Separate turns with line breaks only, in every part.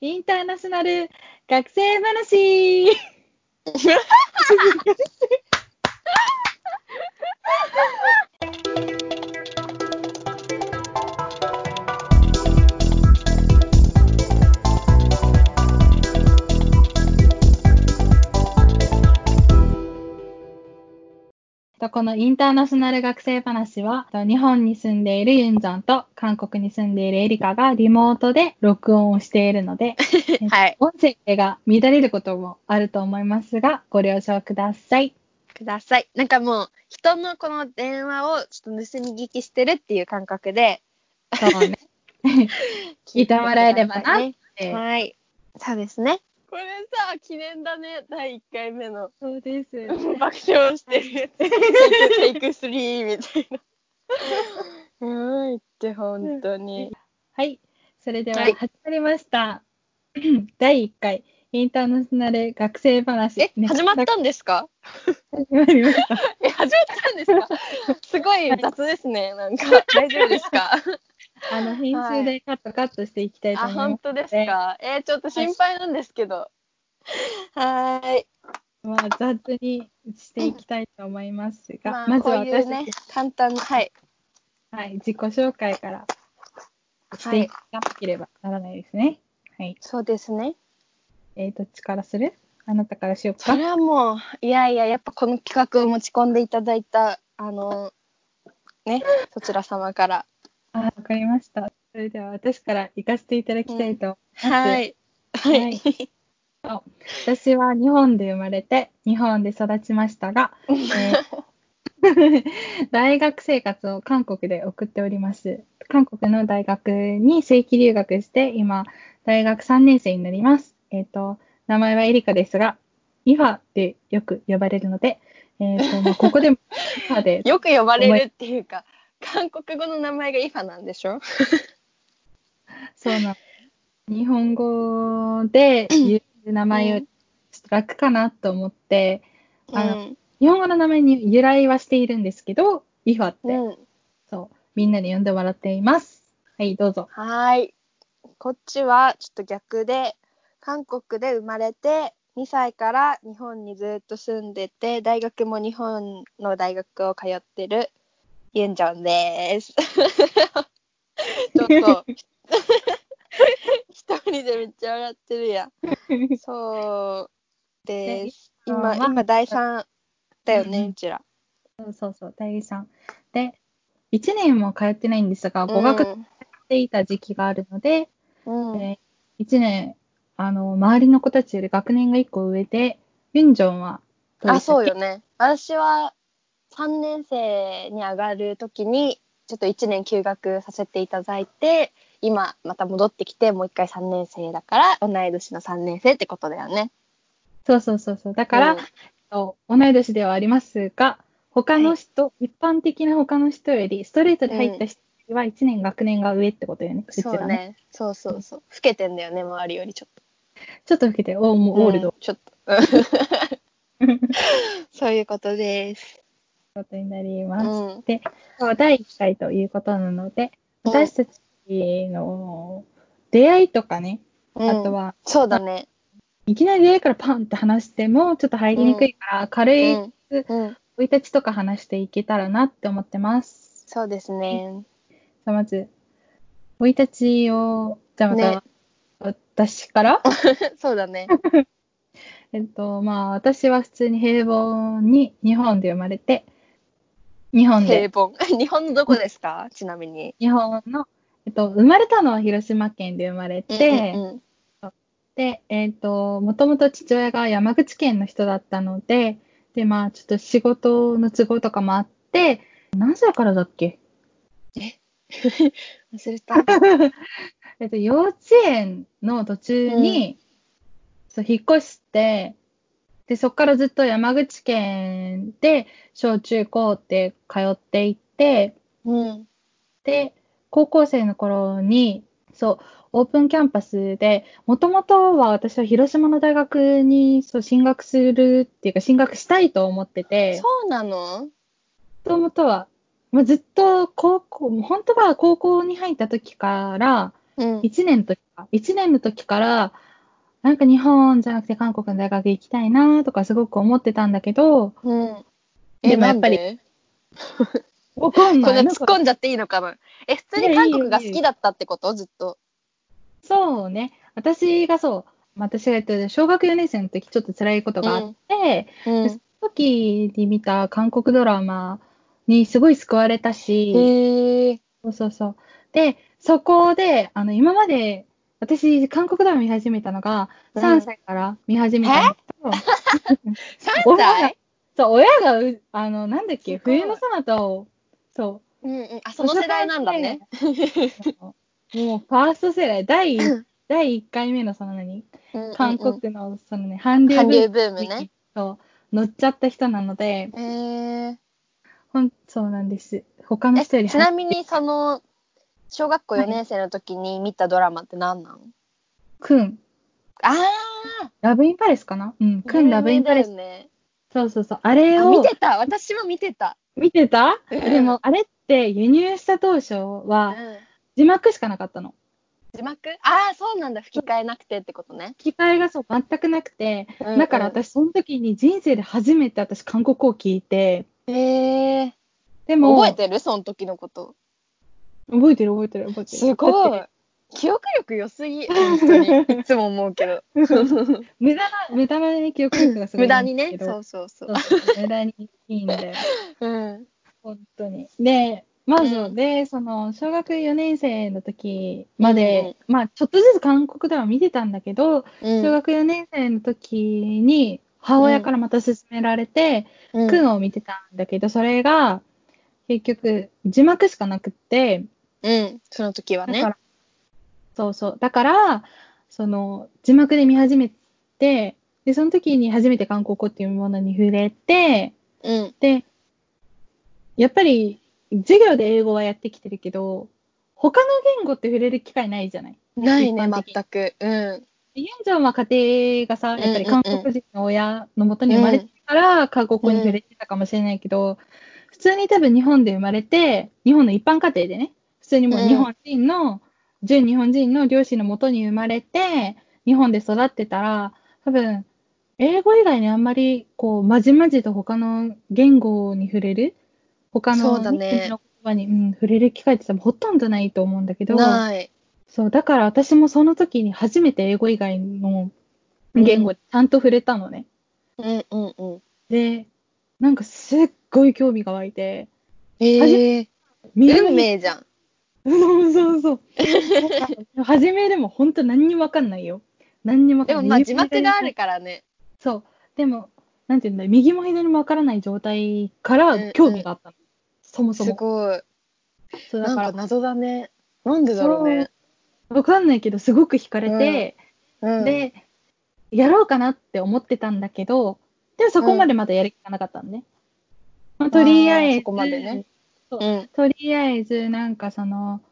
インターナショナル学生話とこのインターナショナル学生話は、と日本に住んでいるユンジョンと韓国に住んでいるエリカがリモートで録音をしているの で、
はい。
音声が乱れることもあると思いますが、ご了承ください。
ください。なんかもう、人のこの電話をちょっと盗み聞きしてるっていう感覚で、
そうね。聞いてもらえればなっ
ね
て。
はい。そうですね。
これさ、記念だね、第1回目の。
そうです。
爆笑してるやつ。テイク3みたいな。やばいって、本当に。
はい。それでは
はい
始まりました。 第1回インターナショナル学生話。
え、
ね
始まったんですか
始まりました。
え、始まったんですかすごい雑ですね。なんか、 大丈夫ですか
あの、編集でカットカットしていきたいと
あ、
思いま
本当ですか。えーちょっと心配なんですけど。
はーい。
す。まあ、雑にしていきたいと思いますが、
まあ
まず
こう
は
いう
私た
ね
ち、
簡単な、はい。
はい、自己紹介からし
は
てい
い。
かなければならないですね。はい。
そうですね。
えー、どっちからするあなたからしよう
そ
か。
れはもう、いやいや、やっぱこの企画を持ち込んでいただいた、あの、ね、そちら様から。
あ、わかりました。それでは私から行かせていただきたいと思います。
はい。はい。
私は日本で生まれて日本で育ちました が、えー大学生活を韓国で送っております韓国の大学に正規留学して今大学3年生になりますえっ、と名前はエリカですがイファってよく呼ばれるので、えーとまあ、ここでも イファで
よく呼ばれるってい うか、韓国語の名前がイファなんでしょ
そうなの日本語で言う名前をちょっと楽かなと思って、あの
ん。
日本語の名前に由来はしているんですけど、イファって、
うん。
そう、みんなに呼んでもらっています。はい、どうぞ。
はーい。こっちはちょっと逆で、韓国で生まれて、2歳から日本にずっと住んでて、大学も日本の大学を通ってるユンジョンです。 ちょっ と、一人でめっちゃ笑ってるやん。そうです。
で今は
今、今第3だよね、
うん
うちら。
そうそうそう、大義さん。で、1年も通ってないんですが、語学していた時期があるので、
うんうん
えー1年、あの、周りの子たちより学年が1個上で、ユンジョンは、
あ、そう
よ。
よね。私は3年生に上がるときに、ちょっと1年休学させていただいて、今また戻ってきて、もう一回3年生だから、同い年の3年生ってことだよね。
そうそうそうそう。だから、
うん
と同い年ではありますが、他の人、一般的な他の人より、ストレートで入った人は1年学年が上ってことよね。うち
そう
らね。
ね。そうそうそう。老けてんだよね、周りよりちょっ
ちょっと吹けて、おも
と。
うオールド
う
っ
んちょっと。そういうことです。
てことになり
う
ます。
ん。
今日は第1回ということなので、私たちの出会いとかね、
うん
あとは、
そうだね。
いきなり出会いからパンって話しても、ちょっと入りにくいから、軽
う
い
ん。うん。
生い立ちとか話していけたらなって思ってます。
そうですね。
じゃあまず、生い立ちを、じゃあまた、
ね
私から、
そうだね。
えっと、まあ、私は普通に平凡に日本で生まれて、日本で
平凡。 日本のどこですかちなみに。
日本の、えっと、生まれたのは広島県で生まれて、
うんうんうん
で、えっと、もともと父親が山口県の人だったので、で、まあ、ちょっと仕事の都合とかもあって、何歳からだっけ
忘れた。
えっと、幼稚園の途中に、そう引っ越して、で、そこからずっと山口県で小中高って通っていて、
うん。
で高校生の頃にそうオープンキャンパスでもともとは私は広島の大学にそう進学するっていうか進学したいと思ってて
そうなの
もともとは、まあ、ずっと高校もう本当は高校に入った時から
うん
1年の時か、1年の時から、なんか日本じゃなくて韓国の大学行きたいなとかすごく思ってたんだけど、
うん
でもやっぱり
り。
わかん
こん
な。
ない突っ込んじゃっていいのかなえ普通に韓国が好きだったってことずっと
そうね。私がそう、まあ私が言って小学4年生の時ちょっと辛いことがあって、
う
でその時に見た韓国ドラマにすごい救われたし、
へえ
そうそうそう。で、そこで、あの、今まで、私、韓国ドラマ見始めたのが、
うん
3歳から見始めたのと、
3歳
そう、親がう、あの、なんだっけ、
すごい
冬のそなたを、そ
うんうんあ
う。
その世代なんだね。
もう、ファースト世代、第一、 第1回目のその何韓
うん
国のそのね、韓
うん
流
韓
ブ
流
ー
ブー
ム
ム
に、
ね
そう、乗っちゃった人なので、
へえ
ほん、そうなんです。他の人より
えちなみにその小学校4年生の時に見たドラマって何なの、
くん、
ああ
ラブインパレスかなうん、くんラブインパレス。
ね
そうそうそう。あれ
あ
を
見てた私も見てた、
見てた
うん
でも、あれって輸入した当初
う
は
ん
字幕しかなかったの。
字幕ああそうなんだ吹き替えなくてってことね、
吹き替えがそう全くなくて、だから私その時に人生で初めて私韓国語を聞いて、
へえ
でも、
覚えてるその時のこと
覚えてる覚えてる覚えてる。
すご
だ
い
って
記憶力良 すぎ本当にいつも思うけど
無駄な、無駄なね、記憶力がすごい
無
んだ
駄
けど。
にねそうそうそう
そうそう無駄にいいんだよ。
うん
本当に。で、まず、
うん
で、その、小学4年生の時まで、まあ、ちょっとずつ韓国では見てたんだけど、
うん
小学4年生の時に母親からまた勧められて、
うん
クンを見てたんだけど、それが結局字幕しかなくって、
うんその時は
だ
ね
から、そうそう、だから、その字幕で見始めて、で、その時に初めて韓国語っていうものに触れて、
うん
で、やっぱり授業で英語はやってきてるけど、他の言語って触れる機会ないじゃない
ない
一
ね
般的
全くうん
ユンジョンは家庭がさ、やっぱり韓国人の親の元に
うん
生
うん
まれてから、韓国語に触れてたかもしれないけど、普通に多分日本で生まれて、日本の一般家庭でね、普通にもう日本人の、純日本人の両親の元に生まれて、日本で育ってたら、多分、英語以外にあんまり、こう、まじまじと他の言語に触れる他
そ
の
うだね
国の言葉に、うん、触れる機会って多分ほとんどないと思うんだけど、
ない
そう、だから私もその時に初めて英語以外の言語にちゃんと触れたのね。
うんうんうん
で、なんかすっごい興味が湧いて、
ええ
見
運命じゃん
そう そうそう。 初めでも本当何にもわかんないよ。何にもわか
で
んな
も
い。
まあ字
右も
幕
左も
があるからね
そう。でも、なんていうんだ、右も左もわからない状態から興味があったの。そもそ
す
も。
ごい
そう
な
だ
ん
か、
から謎だねなんでだろうね
わかんないけど、すごく惹かれて、
うん
で、やろうかなって思ってたんだけど、でもそこまでまだやる気がなかったのね。まあ、とりあえ
あー
ず、
そこまでねうん
とりあえず、なんかその、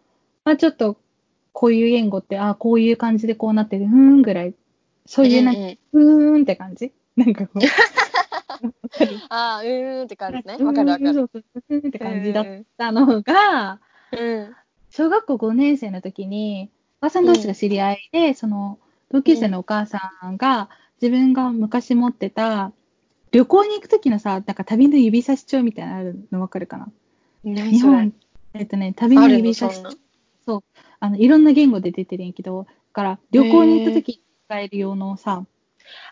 まあちょっと、こういう言語って、ああ、こういう感じでこうなってる、うーんぐらい、そういう、なんか、
うん
うーんって感じなんかこう、
ああうーんって感じねわかるわかる
る。うーんって感じだったのが、
うん
小学校5年生の時に、お母さん同士が知り合いで、その、同級生のお母さんが、自分が昔持ってた、旅行に行く時のさ、なんか旅の指差し帳みたいなのあるのわかるかな
何
日
それ
本、えっとね、旅
あ
の
るの
指
そ
差し
んな
帳、あの、いろんな言語で出てるんやけど、だから、旅行に行った時に使える用のさ、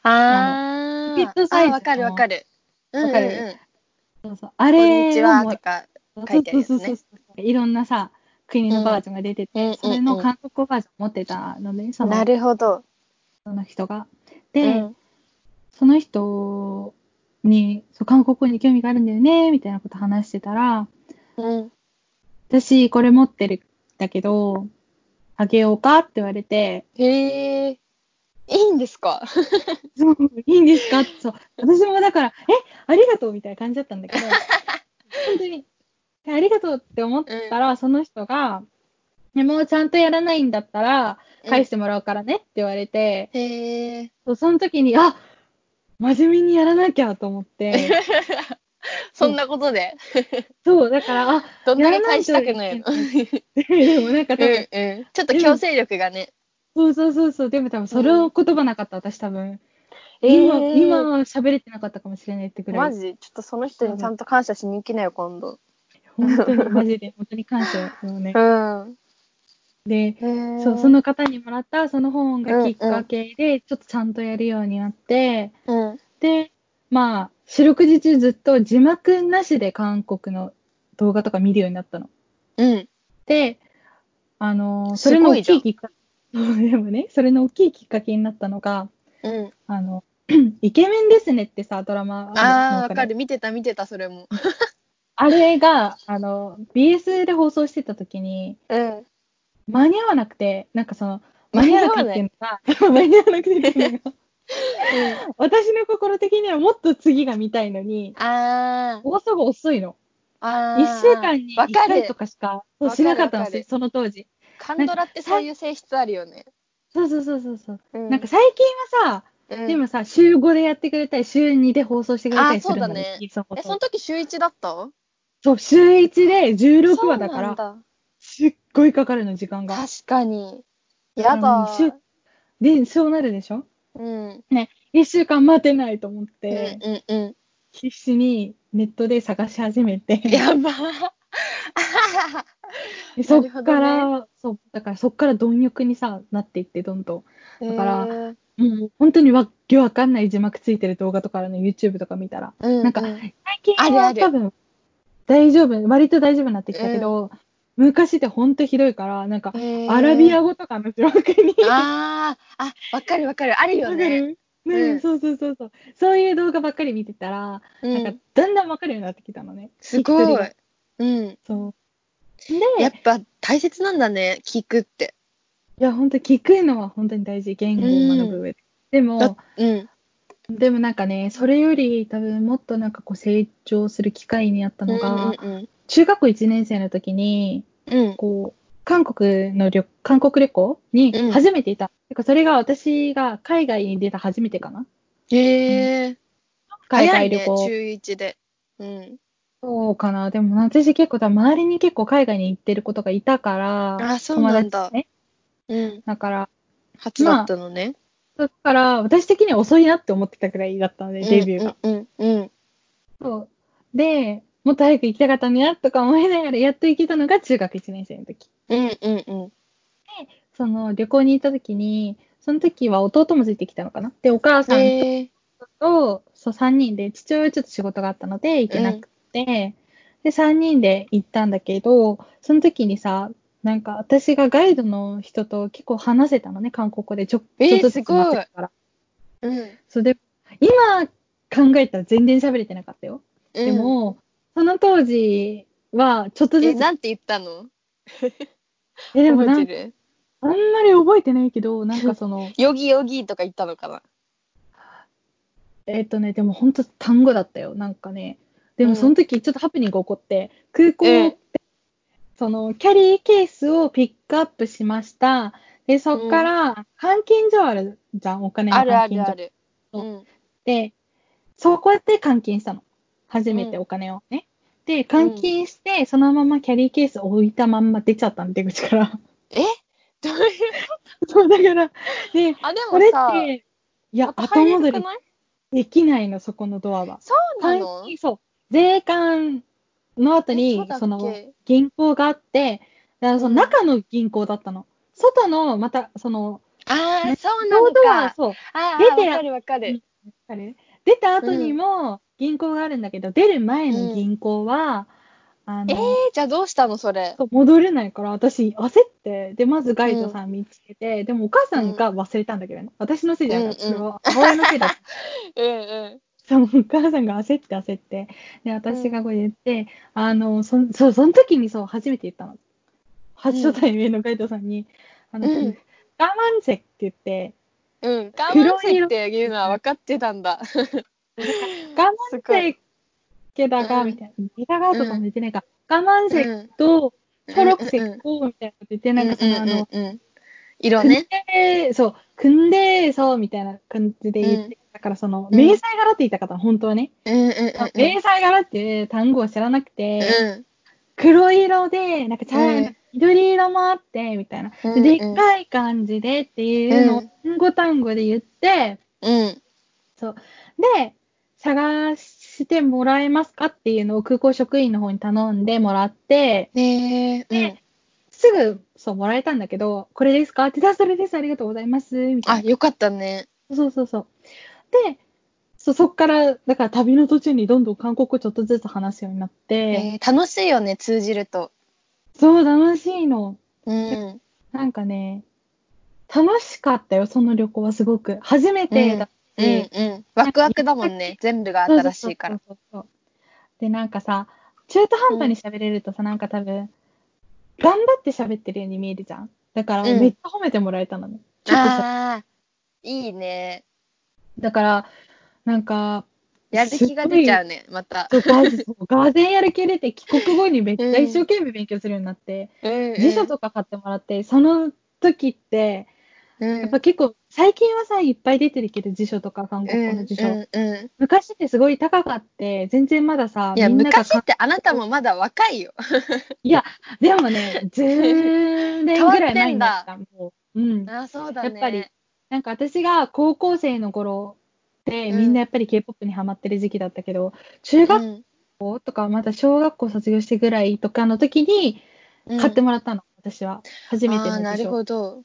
あ
チケット
ー
サイズ
あわかるわかる
わかる
うんうんうん
そうそうあ
こ
れ
んにちは
をも
とか
そ
書
う
いてあるやつ
そ
ね
うそうそういろんなさ、国のバージョンが出てて、
うんうんうん
それの韓国語バージョン持ってたのね、その
なるほど
その人が。
う
で、
ん
その人にそう韓国語に興味があるんだよねみたいなこと話してたら
うん
私これ持ってるんだけどあげようかって言われて
へえいいんですか
そういいんですかってそう私もだからえありがとうみたいな感じだったんだけど本当にえありがとうって思ったら、その人がいやもうちゃんとやらないんだったら返してもらうからねって言われて、
へえ
そうその時にあ真面目にやらなきゃと思って。
そんなことで、
そう、だから、あ、
どんだけ返したくないの。
でもなんか
う
多
ん
分、
うん。ちょっと強制力がね。
そうそうそうそう、でも多分それを言葉なかった、私多分。今、
え
今は喋れてなかったかもしれないってぐらい。
マジちょっとその人にちゃんと感謝しに行きなよ、今度。
本当に、マジで、本当に感謝のね
う。ん。
で、そう、その方にもらったその本がきっかけで、ちょっとちゃんとやるようになって、
うん。
で、まあ、四六時中ずっと字幕なしで韓国の動画とか見るようになったの。
うん。
で、あのーそ
す
れの
ごい
大
じゃ
き
ん
いきっかけ、 そうでもね、それの大きいきっかけになったのが、
うん。
あの、 イケメンですねってさ、ドラマるじゃん
ああ、
韓
わか
国の
る。見てた、見てた、それも。
あれが、あの、BS で放送してた時に、
うん。
間に合わなくて、なんかその、間
間
に
に
合
合
わ
わ
なく
な
て
い
っていうのが、 間に合わなくてっていうのが、私の心的にはもっと次が見たいのに、
あ
放送が遅いの。
あ。ああ。
1週間に
わ
1
か
回と
る。
かしかそう
わか
し
る
なかった
わ
の
かる
その当時。
カンドラってそういう性質あるよね。
そうそうそうそうそう。
うん
なんか最近はさ、
うん
でもさ、週5でやってくれたり、週2で放送してくれたりするの
あそうだね
いいそう
え、その時週一だった
そう、週1で16話だか
そう
ら、
なん
すっごいかかるの、時間
だ
が。
確かに。やだ
うん。週で、そうなるでしょ
うん。うん
1週間待てないと思っ
う
て、
んう
必死にネットで探し始めて
ん。、やば。
でそっ
なるほ
か
どね
ら、そう、だからそっから貪欲にさ、なっていって、どんどん。
だ
から、もう本当にわけわかんない字幕ついてる動画とかあるの YouTube とか見たら。
うん、
なんか、
う
最近
ある
は
ある
多分、大丈夫、割と大丈夫になってきたけど、昔ってほんとひどいから、なんか、
へー
アラビア語とかの字幕に、
あーあ、わかるわかる。ある
わ
よ
か
ね。
るね、
うん
そうそうそうそう。そういう動画ばっかり見てたら、
う
なん
ん
か、、だんだんわかるようになってきたのね。
すご
聞き取り
い
が。
うん。
そう。
やっ
で、
ぱ大切なんだね、聞くって。
いや、本当聞くのは本当に大事。言語を学ぶ上で。で
だ
も、
うん。
でもなんかね、それより多分もっとなんかこう成長する機会になったのが、
うん
中学校1年生の時に、
うんうん。
こう、韓国の旅、韓国旅行に初めていた。てかそれが私が海外に出た初めてかな。
へえ。
海
早
外
い
旅
ね、
行。
中一で。うん。
そうかな。でも私結構、周りに結構海外に行ってることがいたから、
あそうなん
友
だ
達ね。
うん。
だから、
初だったのね。
だから私的には遅いなって思ってたくらいだったので、デビューが。
うんうんうん。
そう。で、もっと早く行きたかったなとか思いながらやっと行けたのが中学1年生の時。
うんうんうん。
その旅行に行った時に、その時は弟もついてきたのかな。で、お母さん
へえ。
と、そう3人で、父親はちょっと仕事があったので行けなくて、で、3人で行ったんだけど、その時にさ、なんか私がガイドの人と結構話せたのね、韓国語でちょ,、
えー
ちょっとずつ話せたから。
うん。
そうで、今考えたら全然喋れてなかったよ。でも、その当時はちょっと
うん、え、
ずつ
なんて言ったの
えでもな
覚え
ん
てる
あんまり覚えてないけど、なんかその、
ヨギヨギとか言ったのかな
えっとね、でも本当単語だったよ、なんかね。で
う
も
ん
その時ちょっとハプニング起こって、空港
え
っ
え
て、そのキャリーケースをピックアップしました。で、そっから、換金所あるじゃん、お金の
あるあ
換金
る
所
あ
っ
る。
そう
うん。
て、そこで換金したの。初めてお金をね。で、換金して、そのままキャリーケース置いたまんま出ちゃったの、出口 から。
えどういう
そう、だから、で、
あ、で
これっ
もさ、
て、いや、後
入れ
戻
な
り
くない
できないの、そこのドアは。
そうなの
換金そう。税関の後
えそ
に
うだ、っけ
その、銀行があって、だからその
うん
中の銀行だったの。外の、また、その、
ああ、
ね
そうな
ロ
の
ードは、
か。
そう、
あ
出
あ、
て
わかるわかる。
あれ出た後にも銀行があるんだけど、出る前の銀行は、あ
えー
の、、
じゃあどうしたのそれ。
そう戻れないから、私、焦って、で、まずガイドさん見つけて、でもお母さんが忘れたんだけどね。私のせいじゃなかった。
うん
そ
うん
れは、母親のせいだった。
うんうん。
そう、お母さんが焦って焦って、で、私がこう言って、あの、そん、そう、その時にそう、初めて言ったの。初初対面のガイドさんに、あの、
うん
我慢せって言って、
うん、我
黒
慢
い
せ
色
っていうのは分かってたんだ。
我慢せけだが、
うん
みたいな、けだがとかも言ってないか、我慢せと、
うん
トロクセ
うんうん
こうみたいなこと言って、なんかその、あの、
うんうんうんうん色
くん
ね。
でー、そう、くんでー、そう、みたいな感じで言って、だからその、
うん
迷彩柄って言いたかったの、本当はね。
うんうんうんうん
迷彩柄っていう単語を知らなくて、
うん
黒色で、なんか茶、
うん
緑色もあって、みたいな。
うんう
で
ん
でっかい感じでっていうのを
う
単
ん
語単語で言って、
うん
で、探してもらえますかっていうのを空港職員の方に頼んでもらって、
ねえ、うん
で、すぐ、そう、もらえたんだけど、これですかって、あそれです、ありがとうございます、みたい
あ
な。
よかったね
そうそうそう。で、そ、そっから、だから旅の途中にどんどん韓国語ちょっとずつ話すようになって、
えー楽しいよね通じると
そう、楽しいの。
うん
なんかね、楽しかったよ、その旅行はすごく。初めてだ
う
し、
んうんワクワクだもんね全部が新しいから
そうそうそうそう。で、なんかさ、中途半端に喋れるとさ、なんか多分、頑張って喋ってるように見えるじゃん。だから、
うん
めっちゃ褒めてもらえたのね。ちょっとさ
ああいいね
だから、なんか、
やる気が出ちゃうねまた
そうガジそうガーゼンやる気出て、帰国後にめっちゃ一生懸命勉強するようになって、
うん
辞書とか買ってもらって、その時って、
うん
やっぱ結構、最近はさ、いっぱい出てるけど、辞書とか韓国語の辞書。
うんうんうん
昔ってすごい高かって、全然まださ、
いや
みんなが
昔
か
ってあなたもまだ若いよ。
いや、でも ね、10年ぐらい前になった。もううん。
あそうだ
や
ね。
っぱり、なんか私が高校生の頃って、みんなやっぱり K-POP にハマってる時期だったけど、中学
うん
校とか、また小学校卒業してぐらいとかの時に
うん
買ってもらったの、私は。初めて
あー
の
な
辞
る
書。
ほど。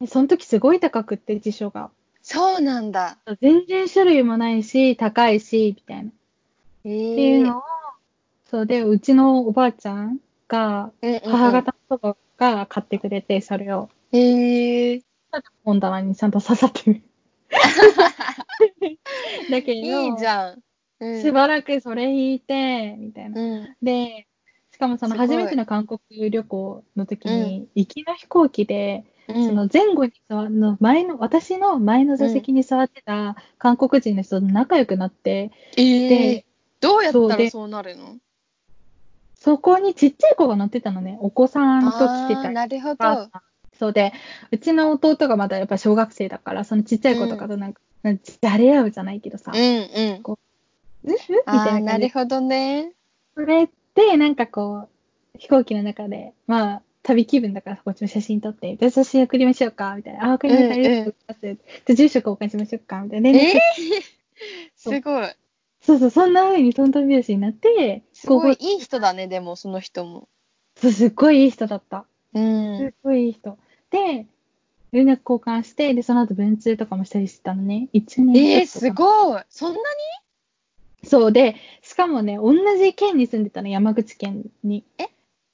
でその時すごい高くって、辞書が。
そうなんだ。
全然種類もないし、高いし、みたいな。っ
え
ていう
ー
のを、そうで、うちのおばあちゃんが、
うんうんうん
母方の祖母が買ってくれて、それを。
えー
本棚にちゃんと刺さって る。だけど、
いいじゃん。うん
しばらくそれ弾いて、みたいな。
うん
で、しかもその
すごい
初めての韓国旅行の時に、行きの飛行機で、
うん
その前後に座の前の、私の前の座席に座ってた韓国人の人と仲良くなって、
えー
で
どうやった
そうで
らそうなるの
そこにちっちゃい子が乗ってたのね、お子さんと来てた
あー
り
なるほ
お母さ
ど
ん。そうで、うちの弟がまだやっぱ小学生だから、そのちっちゃい子とかとなんか、なんかじゃれ合うじゃないけどさ、
うんうん。
うん、み
あ
た
ー
いな
な
感
る
じ。
ほどね。
それで、なんかこう、飛行機の中で、まあ、旅気分だから、こっちも写真撮って、じゃあ写真送りましょうか、みたいな。あ、わかりました、
う
あ
ん
り
うん
がとうございます。じゃあ住所交換しましょうか、みたいな。
え
で
ー
そう
すごい。
そうそう、そんな風にトントン拍子になって、
すごい
こ
いい人だね、でも、その人も。
うそうすっごいいい人だった。
うん。
すっごいいい人。で、連絡交換して、で、その後文通とかもしたりしてたのね。1年
えー、
ちょっとか
す
な
ごい。そんなに
そうで、しかもね、同じ県に住んでたの、山口県に。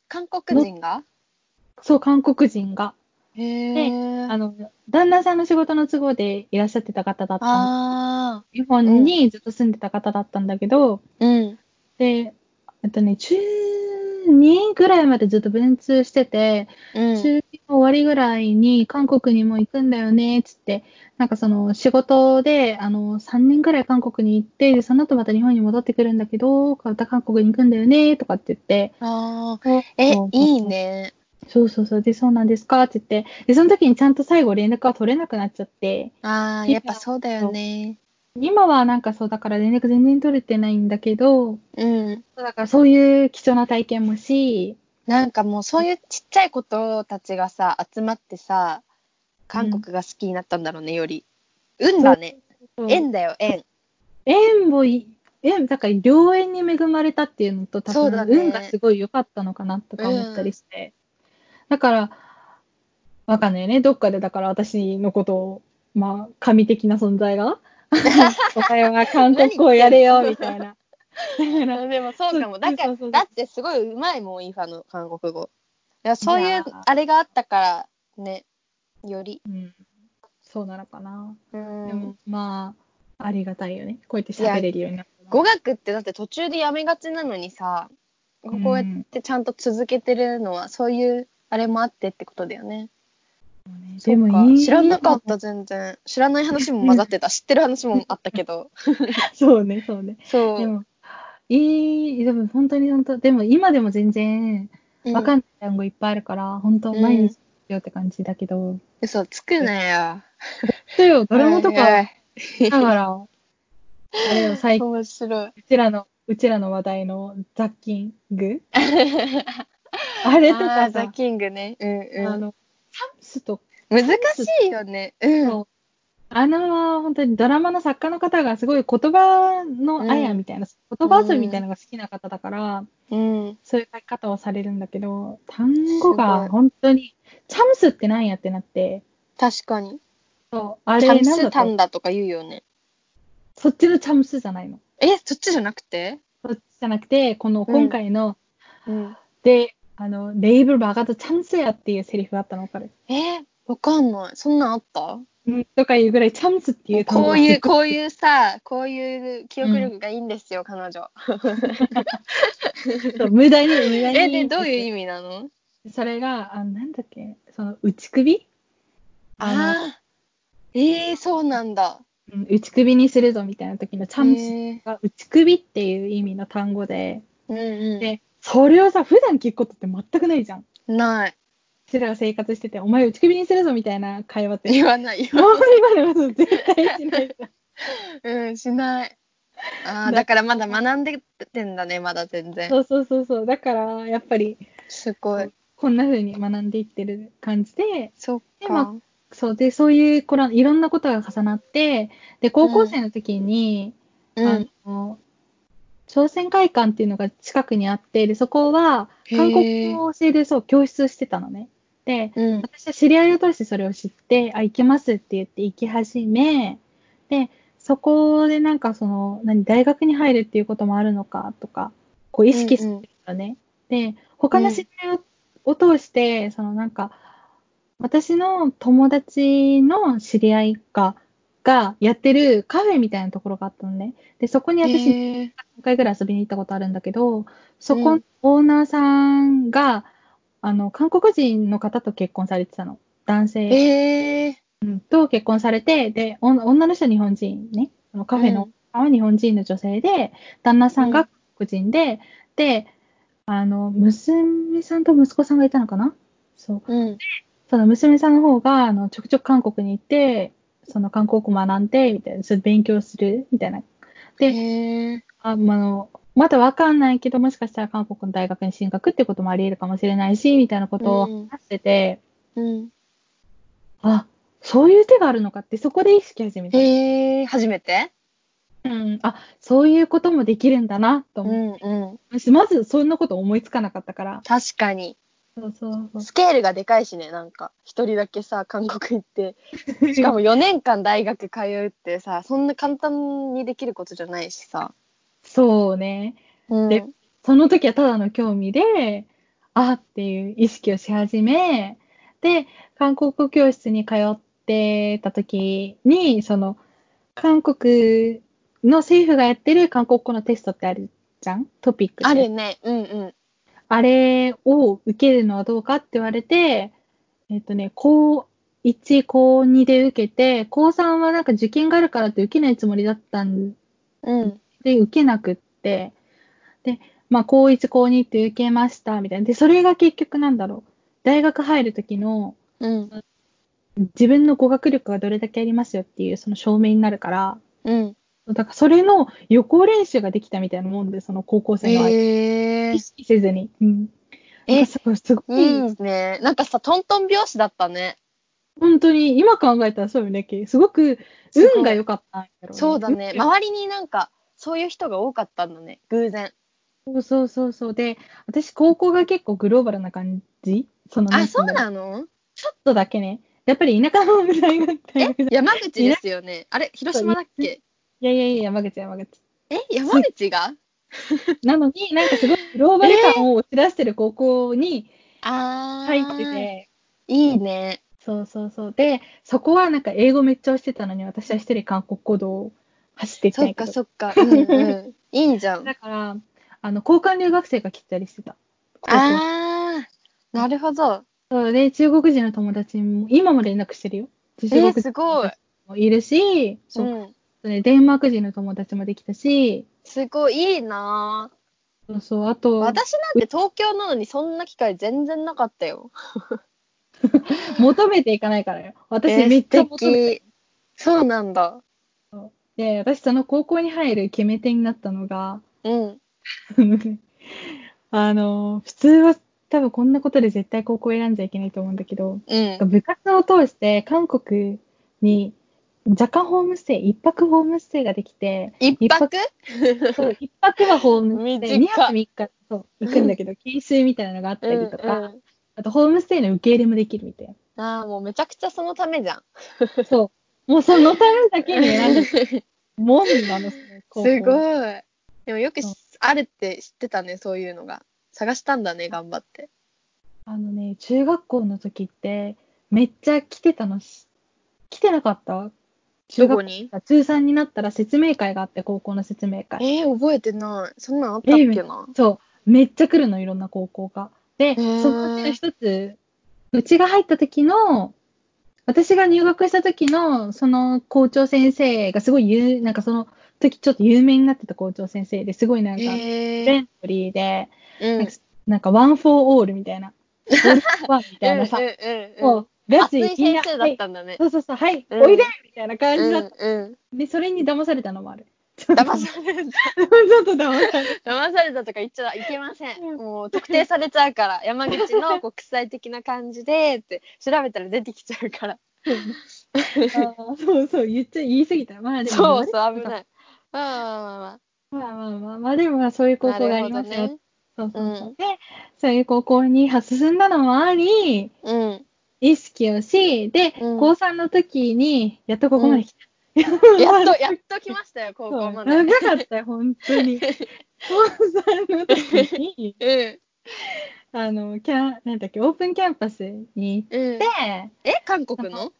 韓国人が
そう、韓国人が。
へえ。
あの、旦那さんの仕事の都合でいらっしゃってた方だったの。
あ
日本にずっと住んでた方だったんだけど、
ーうん。
で、えっとね、中2ぐらいまでずっと文通してて、
うん。
中2の終わりぐらいに韓国にも行くんだよね、つって、なんかその仕事で、あの、3年ぐらい韓国に行って、で、その後また日本に戻ってくるんだけど、また韓国に行くんだよね、とかって言って、
ああ、え
そう、
いいね。
そうそうそう、で、そうなんですかって言って、で、その時にちゃんと最後連絡が取れなくなっちゃって、
ああ、やっぱそうだよね。
今はなんかそう、だから連絡全然取れてないんだけど、
うん。
だからそういう貴重な体験もし、
なんかもうそういうちっちゃいことたちがさ、集まってさ、韓国が好きになったんだろうね、より。運だね。縁だよ、縁。
縁もい、縁、だから良縁に恵まれたっていうのと、多
そう
分、
だね
運がすごい良かったのかなとか思ったりして。だから、わかんないね。どっかで、だから私のことを、まあ、神的な存在が、 お前は韓国をやれよ、みたいな。だから
でもそうかも。だか
そ
ら
うそうそうそう、
だってすごいうまいもん、イファの韓国語。いや、そう
い
いう
や
あれがあったから、ね、より。
うん、そうなのかな。
う
で
ん
も。、まあ、ありがたいよね。こうやって喋れるようになったのは
語学ってだって途中でやめがちなのにさこうやってちゃんと続けてるのはそういうあれもあってってことだよね。
で
そう
も
か
いい。
知らなかっ。た全然知らない話も混ざってた知ってる話もあったけど
そうね、そうね。
そ
で
う
も、いい、でも本当に本当、でも今でも全然、
うん
わかんない単語いっぱいあるから、本当、
うん
毎日よって感じだけど。
嘘つくなよ。
そうよ、ドラマと
おいお
か
い
だから、あれよ、最近、
面白い。
うちらの、うちらの話題のザ・キン グあれと
あ
か
ーザ
さ、
キングね。うん
あ
うん。
の、サムスとか、
難しいよね。うん。
そうあの、本当にドラマの作家の方がすごい言葉のあやみたいな、言葉遊びみたいなのが好きな方だから、
うん。
そういう書き方をされるんだけど、単語
すごい
が本当に、チャムスってなんやってなって、
確かに。
そうあ
チ
れ
ャン
なんだ
ス
った
タンだとか言うよね。
そっちのチャムスじゃないの。
え、そっちじゃなくて
そっちじゃなくて、この今回の、
うん。
で、あの、レイブルバーガーとチャンスやっていうセリフがあったのわかる。
え、わかんない。そんなんあった
うん、とかいうぐらいチャンスっていう単語
こ
が
う
すご
いう、こういうさ、こういう記憶力がいいんですよ、彼女。
そう無駄に、無駄に。
え、で、どういう意味なの
それが、あなんだっけ、その、内首あ
ああー。えー、そうなんだ。
の、うん内首にするぞみたいな時のチャンス
へー
が、内首っていう意味の単語で、
うんう。
で、それをさ、普段聞くことって全くないじゃん。うん
ない。
ちらが生活してて、お前内首にするぞみたいな会話 って。
言わないよ。
あんまり今でも絶対しないじ ゃん。
うん、しない。あ
だ
あ、だからまだ学んでってんだね、まだ全然。
そうそうそうそう。だから、やっぱり、
すごい。
こんな風に学んでいってる感じで、
そっ
で
か
も。そうで、そういうこらいろんなことが重なって、で、高校生の時に、
う
あ
ん。
の、朝鮮会館っていうのが近くにあって、で、そこは、
へー
韓国語を教える、そう、教室をしてたのね。で、
うん。
私は知り合いを通してそれを知って、あ、行きますって言って行き始め、で、そこでなんかその、何、大学に入るっていうこともあるのかとか、こう意識するんだよね。で、他の知り合いを,、通して、そのなんか、私の友達の知り合いが、がやってるカフェみたいなところがあったのね。で、そこに私2
へー
回ぐらい遊びに行ったことあるんだけど、そこのオーナーさんが、あの、韓国人の方と結婚されてたの。男性。
ええ
と結婚されて、で、お女の人は日本人ね、そのカフェ
う
の方は日本人の女性で、旦那さんが韓国人で、で、あの、娘さんと息子さんがいたのかなそう。
うん。
その娘さんの方が、あの、ちょくちょく韓国に行って、その韓国語学んで、みたいな、それ勉強する、みたいな。で
へえ
あまああの、まだわかんないけど、もしかしたら韓国の大学に進学ってこともあり得るかもしれないし、みたいなことを話してて、
うん。
あ、そういう手があるのかって、そこで意識始めた。
へえ初めて
うん、あそういうこともできるんだなと
う
思
んうん。
うし、まずそんなこと思いつかなかったから
確かに。
そうそう
スケールがでかいしね、なんか。一人だけさ、韓国行って。 しかも4年間大学通うってさ、そんな簡単にできることじゃないしさ。
そうね
うん。
でその時はただの興味であっていう意識をし始めで韓国語教室に通ってた時にその韓国の政府がやってる韓国語のテストってあるじゃんトピックで
あるね。うんうん。
あれを受けるのはどうかって言われて、えっとね、高1、高2で受けて、高3はなんか受験があるからって受けないつもりだったん
うん。
で、受けなくって、で、まあ、高1、高2って受けました、みたいな。で、それが結局なんだろう。大学入る時の
うん。
自分の語学力がどれだけありますよっていうその証明になるから、
うん。
だからそれの予行練習ができたみたいなもんで、その高校生の間、
へえ
意識せずに。うん。な
え
んかすごい、すごい、
いいね。なんかさ、トントン拍子だったね。
本当に今考えたらそうよね、ケイすごく
すごい
運が良かったんやろね
そうだね。
運が
周りになんか、そういう人が多かったんだね。偶然。
そうそうそうそう。で、私、高校が結構グローバルな感じその
あ、そうん
だろ
なの
ちょっとだけね。やっぱり田舎の大学大
え
学じゃんい
山口ですよ ね。あれ広島だっけ
やいやいや、山口山口。
え山口 が
なのに、なんかすごいグローバル感を押し出してる高校に
あ
入ってて、
いいね。
そうそうそう。で、そこはなんか英語めっちゃ押してたのに、私は一人韓国語道を走っていたん
そ
や
っ
け
か
ど
そっか。うん うん。いいじゃん。あ
だから、あの、交換留学生が来たりしてた。高校
あー、なるほど。
そうで、中国人の友達も、今も連絡してるよ。中
え
国
ー、
人
すごい。
もいるし、
う
そう、
ん。
ね、デンマーク人の友達もできたし、
すごいいいなぁ
そうそう、あと、
私なんて東京なのにそんな機会全然なかったよ。
求めていかないからよ。私
えー
めっちゃ
素
求めて
敵そうなんだ。
で、私その高校に入る決め手になったのが、
うん。
あの、普通は多分こんなことで絶対高校選んじゃいけないと思うんだけど、
うん。
部活を通して韓国に若干ホームステイ、一泊ホームステイができて、
一泊
そう一泊はホームステイ、
短っ
二泊三日そう行くんだけど、研修みたいなのがあったりとか、
うん
あとホームステイの受け入れもできるみたい
うん、ああ、もうめちゃくちゃそのためじゃん。
な。そう。もうそのためだけに選ん だもんなの、す
す
い。
ごい。でもよくし
そう
あるって知ってたね、そういうのが。探したんだね、頑張って。
あのね、中学校の時って、めっちゃ来てたのし、来てなかった中学
どこ
校
に
中3になったら説明会があって、高校の説明会。
えー、覚えてない。そんなんあったっけな。
そう、めっちゃ来るの、いろんな高校が。で、そ
ー
のうちの一つ、うちが入った時の、私が入学した時の、その校長先生がすごい有、なんかその時ちょっと有名になってた校長先生ですごいなんか、フレ
えー、
ンドリーで、
うん。
なんかなんかワンフォーオールみたい な、オールフォーワンみたいなさ
う、んうん
も
うん
う、ガ
熱
チ、
い先
み
生
ん
だ
な
っ、たんだね
は。いそうそうそう、はい、
うん
おいでみたいな感
う
じ
ん
だ
う
っ
ん
た。。で、それに騙されたのもある。
騙された。
ちょっと騙された。
騙されたとか言っちゃいけません。もう特定されちゃうから、山口の国際的な感じでって調べたら出てきちゃうから。
あーそうそう、言っちゃ言い過ぎた。まあでも、
そうそ
言
う、危
われ
ない。まあまあ
たから。まあまあまあ、まあでもまあそういう
ま
高
あまあ。
校があ
なる
り
ほ
ます
ど
よ。
ね。
そうそうそう
うん
で、そういう高校には進んだのもあり、
うん。
意識をし、で、
うん
高3の時に、やっとここまで来た。
やっと、やっと来ましたよ、高校まで。
長かったよ、本当 に。高3の時に、
うん。
あの、キャン、なんだっけ、オープンキャンパスに行っ
うん、
て、
え、韓国の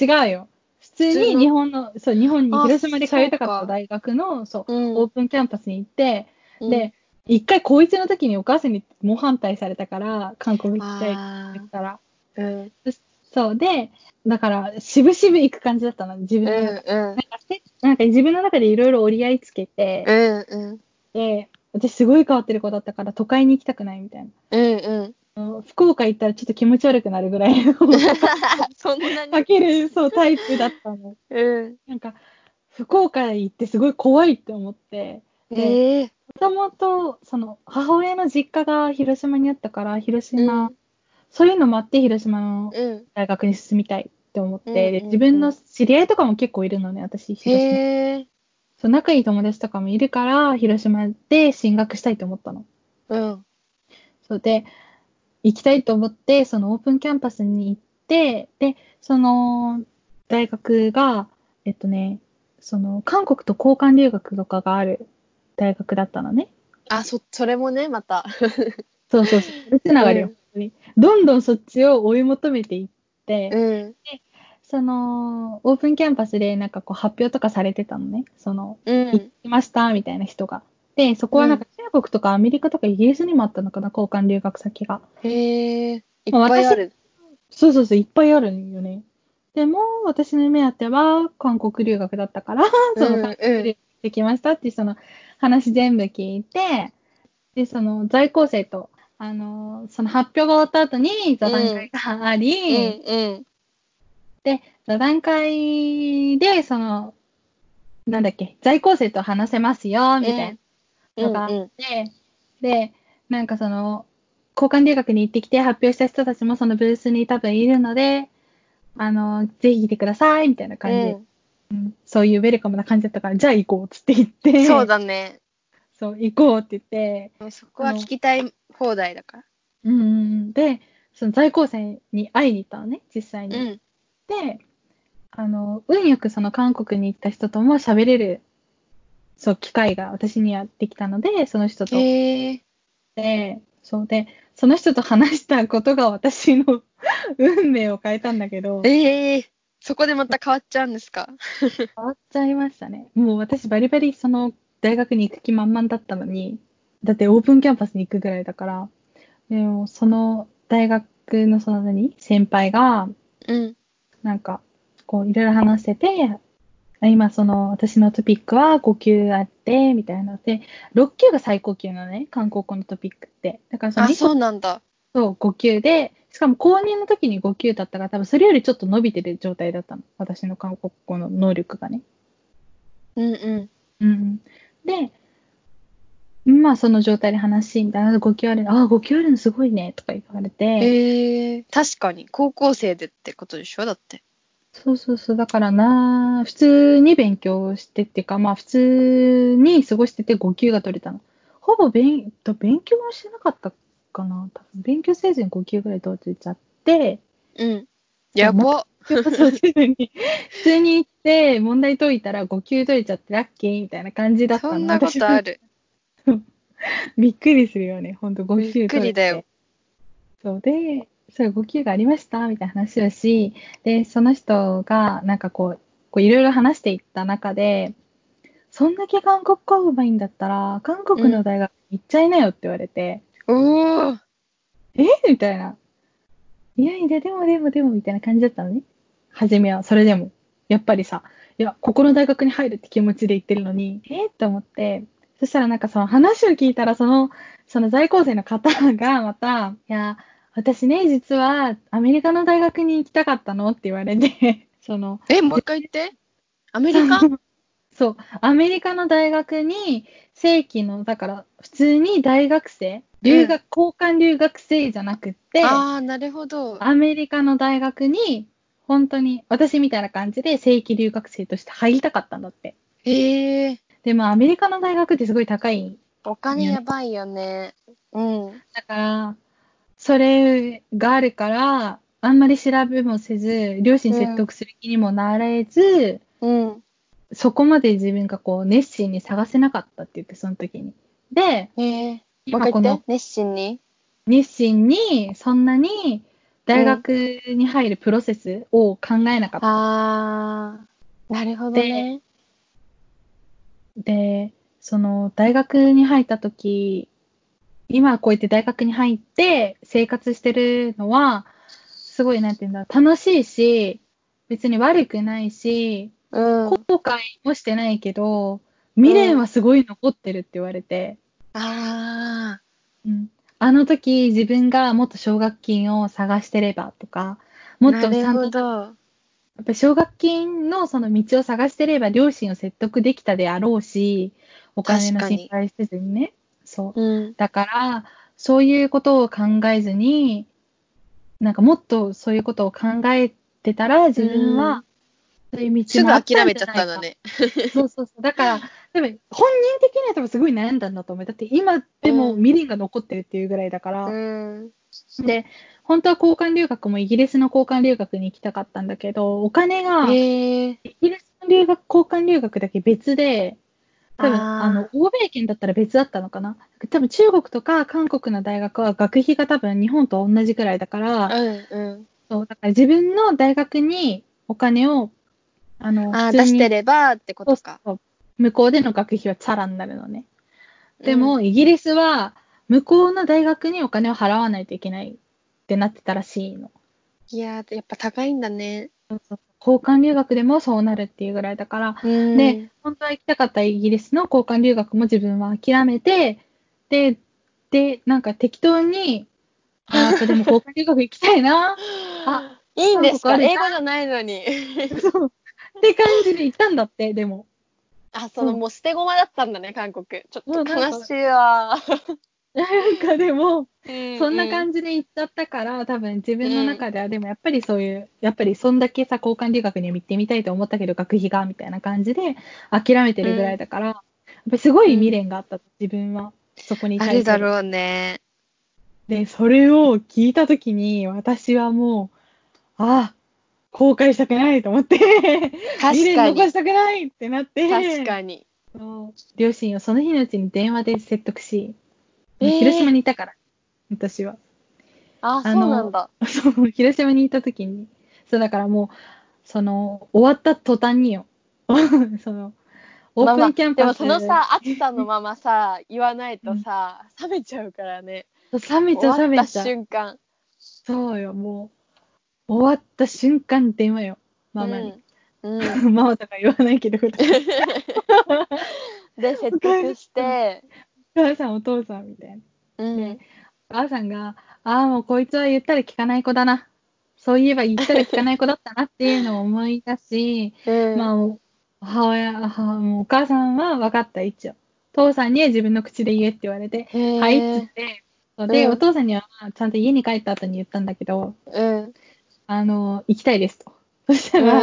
違うよ。普通
普通
に
の
日本の、そう、日本に
あ
広島で通いたかっ
そう
た
か
大学の、そう、
うん
オープンキャンパスに行って、で、一回高一の時にお母さんに猛反対されたから、韓国行きたいって
あ
言ったら。
ーうん
そうで、だから、渋々行く感じだったの、自分
う
の中で。
んうん
なんか自分の中でいろいろ折り合いつけて、
うんうん
で、私すごい変わってる子だったから、都会に行きたくないみたいな。
うんうん
あの福岡行ったらちょっと気持ち悪くなるぐらいの
そんなに
かける、そう、タイプだったの。
うん
なんか、福岡行ってすごい怖いって思って、で、
ええ
もともと、その、母親の実家が広島にあったから、広島、
うん
そういうのもあって、広島の
うん
大学に進みたいって思って、
うんうんうん
で自分の知り合いとかも結構いるのね、私、広島。
へえ
そう仲いい友達とかもいるから、広島で進学したいと思ったの。
うん
そうで、行きたいと思って、そのオープンキャンパスに行って、で、その大学が、えっとね、その韓国と交換留学とかがある大学だったのね。
あそそれもねまた
そうそうそう。それつながりよ、
うん
本当に。どんどんそっちを追い求めていって、
うん
その、オープンキャンパスでなんかこう発表とかされてたのね。その、
う
行
ん
きましたみたいな人が。で、そこはなんか中国とかアメリカとかイギリスにもあったのかな、交換留学先が。
へえいっ
まあ
ぱいある
そうそうそう、いっぱいあるんよね。でも、私の目当ては韓国留学だったから、 その
うん
韓国留学できましたっていうその話全部聞いて、で、その在校生と、あの、その発表が終わった後に座談会があ
うん
り、
うん
で、座談会で、その、なんだっけ、在校生と話せますよ、みたいなのがあって、
うんうん
で、なんかその、交換留学に行ってきて発表した人たちもそのブースに多分いるので、あの、ぜひ来てください、みたいな感じ、うんそういうウェルカムな感じだったから、じゃあ行こう、つって言っ
う
て、
んそうだね
そう、行こうって言って、
そこは聞きたい放題だか
うんうんうん、で、その在校生に会いに行ったのね、実際に。
らうん
で、あの、運よくその韓国に行った人とも喋れる、そう、機会が私にやってきたので、その人と。
へえ
で、そうで、その人と話したことが私の 運命を変えたんだけど、
ええそこでまた変わっちゃうんですか
変わっちゃいましたね。もう私バリバリその大学に行く気満々だったのに、だってオープンキャンパスに行くぐらいだから、でもその大学のその何先輩が、
うん
なんか、こう、いろいろ話してて、あ今、その、私のトピックは5級あって、みたいな。で、6級が最高級なのね、韓国語のトピックって。だからその
あ
2
そ
個
うなんだ
と5級で、しかも公認の時に5級だったから、多分それよりちょっと伸びてる状態だったの。私の韓国語の能力がね。
うんうん。
うん、で、まあその状態で話しみたいな、5級あるの、ああ、5級あるのすごいねとか言われて、
へえ。確かに高校生でってことでしょだって。
そうそうそう、だからな、普通に勉強してっていうか、まあ普通に過ごしてて5級が取れたの。ほぼ勉と勉強もしてなかったかな、多分勉強せずに5級ぐらい取れちゃって、
うん。やば。
そうそう普通に普通に行って、問題解いたら5級取れちゃってラッキーみたいな感じだったの
そんなことあ
私
る。
びっくりするよね、ほんと5級取れて
びっくりだよ。
そうで、そう、5級がありましたみたいな話をし、で、その人が、なんかこう、こういろいろ話していった中で、そんだけ韓国語うまいんだったら、韓国の大学行っちゃいなよって言われて、
おお。
えみたいな。いやいや、でもでもでもみたいな感じだったのね。初めは、それでも。やっぱりさ、いや、ここの大学に入るって気持ちで行ってるのに、えーって思って、そしたらなんかその話を聞いたら、その、その在校生の方がまた、いや、私ね、実はアメリカの大学に行きたかったのって言われて、 その、
え、もう一回言って。アメリカ
そう、アメリカの大学に正規の、だから普通に大学生、留学、交換留学生じゃなくって、
ああ、なるほど。
アメリカの大学に、本当に私みたいな感じで正規留学生として入りたかったんだって。
へえ。
でもアメリカの大学ってすごい高い。
お金やばいよね。うん。
だから、それがあるから、あんまり調べもせず、両親説得する気にもなれず、
うん。
そこまで自分がこう熱心に探せなかったって言って、その時に。で、
へえ。もう
今こ
一回言っ
の
て。熱心に。
熱心に、そんなに大学に入るプロセスを考えなかった。
ああ。なるほどね。
で、その大学に入った時、今こうやって大学に入って生活してるのは、すごい、なんて言うんだろう、楽しいし、別に悪くないし、
うん。
後悔もしてないけど、未練はすごい残ってるって言われて、
ああ。
うん、あの時自分がもっと奨学金を探してればとか、もっとち
な
ゃ
る
んと
ほど。
やっぱり奨学金のその道を探してれば両親を説得できたであろうし、お金の
確かに
心配せずにね。そう。
うん。
だから、そういうことを考えずに、なんかもっとそういうことを考えてたら自分
う
は、そういう道
すぐ
もあた
諦
んじ
め
ゃ
ちゃっ
ないか
たんだ。ね。
そうそうそう。だから、多分本人的には多分すごい悩んだんだと思う。だって今でも未練が残ってるっていうぐらいだから、
うん。
で、本当は交換留学もイギリスの交換留学に行きたかったんだけど、お金が、
へえ。
イギリスの留学交換留学だけ別で、多分
あー
あの欧米圏だったら別だったのかな。多分中国とか韓国の大学は学費が多分日本と同じくらいだから、
うん
そうだから自分の大学にお金をあ
う
の
ん。ああ、
普
出
通
し
に
てればってことか。
そうそう向こうでの学費はチャラになるのね。で
う
も、
ん、
イギリスは向こうの大学にお金を払わないといけないってなってたらしいの。
いやー、やっぱ高いんだね。
交換留学でもそうなるっていうぐらいだから、
うん
で、本当は行きたかったイギリスの交換留学も自分は諦めて、で、で、なんか適当に、あやっ ぱでも交換留学行きたいな、あ、
いいんですか
韓国あ
英
るな
語じゃないのに。
そう、って感じで行ったんだって、でも。
あ、その、
うん
もう捨て駒だったんだね、韓国。ちょ
う
っ
ん
と
なんか
悲しいわ。
なんかでも、そ
そ
んな
じ。
感じで行っちゃったから、多分自分の中では、でもやっぱりそういう、やっぱりそんだけさ、交換留学にも行ってみたいと思ったけど、学費が、みたいな感じで諦めてるぐらいだから、やっぱりすごい未練があった、自分は。そこに
あ
対
る
す
だ
る。
ろうね。
で、それを聞いたときに、私はもう、ああ、後悔したくないと思って、未
確か
練残
に。
したくないってなって、
確かに。
そう両親をその日のうちに電話で説得し、
えー
広島にいたから、私は。
あ、そ
あ
う
の
なんだ。
そう広島にいたときに、そうだからもう、その、終わった途端によ、 その、オープンキャンパス、
まあまあでもそのさ、暑さのままさ、言わないとさ、冷めちゃうからね。
冷めちゃう冷
終わ
め
っ
ち
た
ゃう。
瞬間。
そうよ、もう、終わった瞬間電話よ、ママに。
うん。 うん
ママとか言わないけど、お
で、説得して、
母さん、お父さんみたいな。
うん。
お母さんが、ああ、もうこいつは言ったら聞かない子だな。そういえば言ったら聞かない子だったなっていうのを思い出し、
うん
まあ、あ母親、母もうお母さんは分かった、一応。父さんに自分の口で言えって言われて、はいって言って、そうで、
うん
お父さんにはちゃんと家に帰った後に言ったんだけど、
うん。
あの、行きたいですと。そしたら、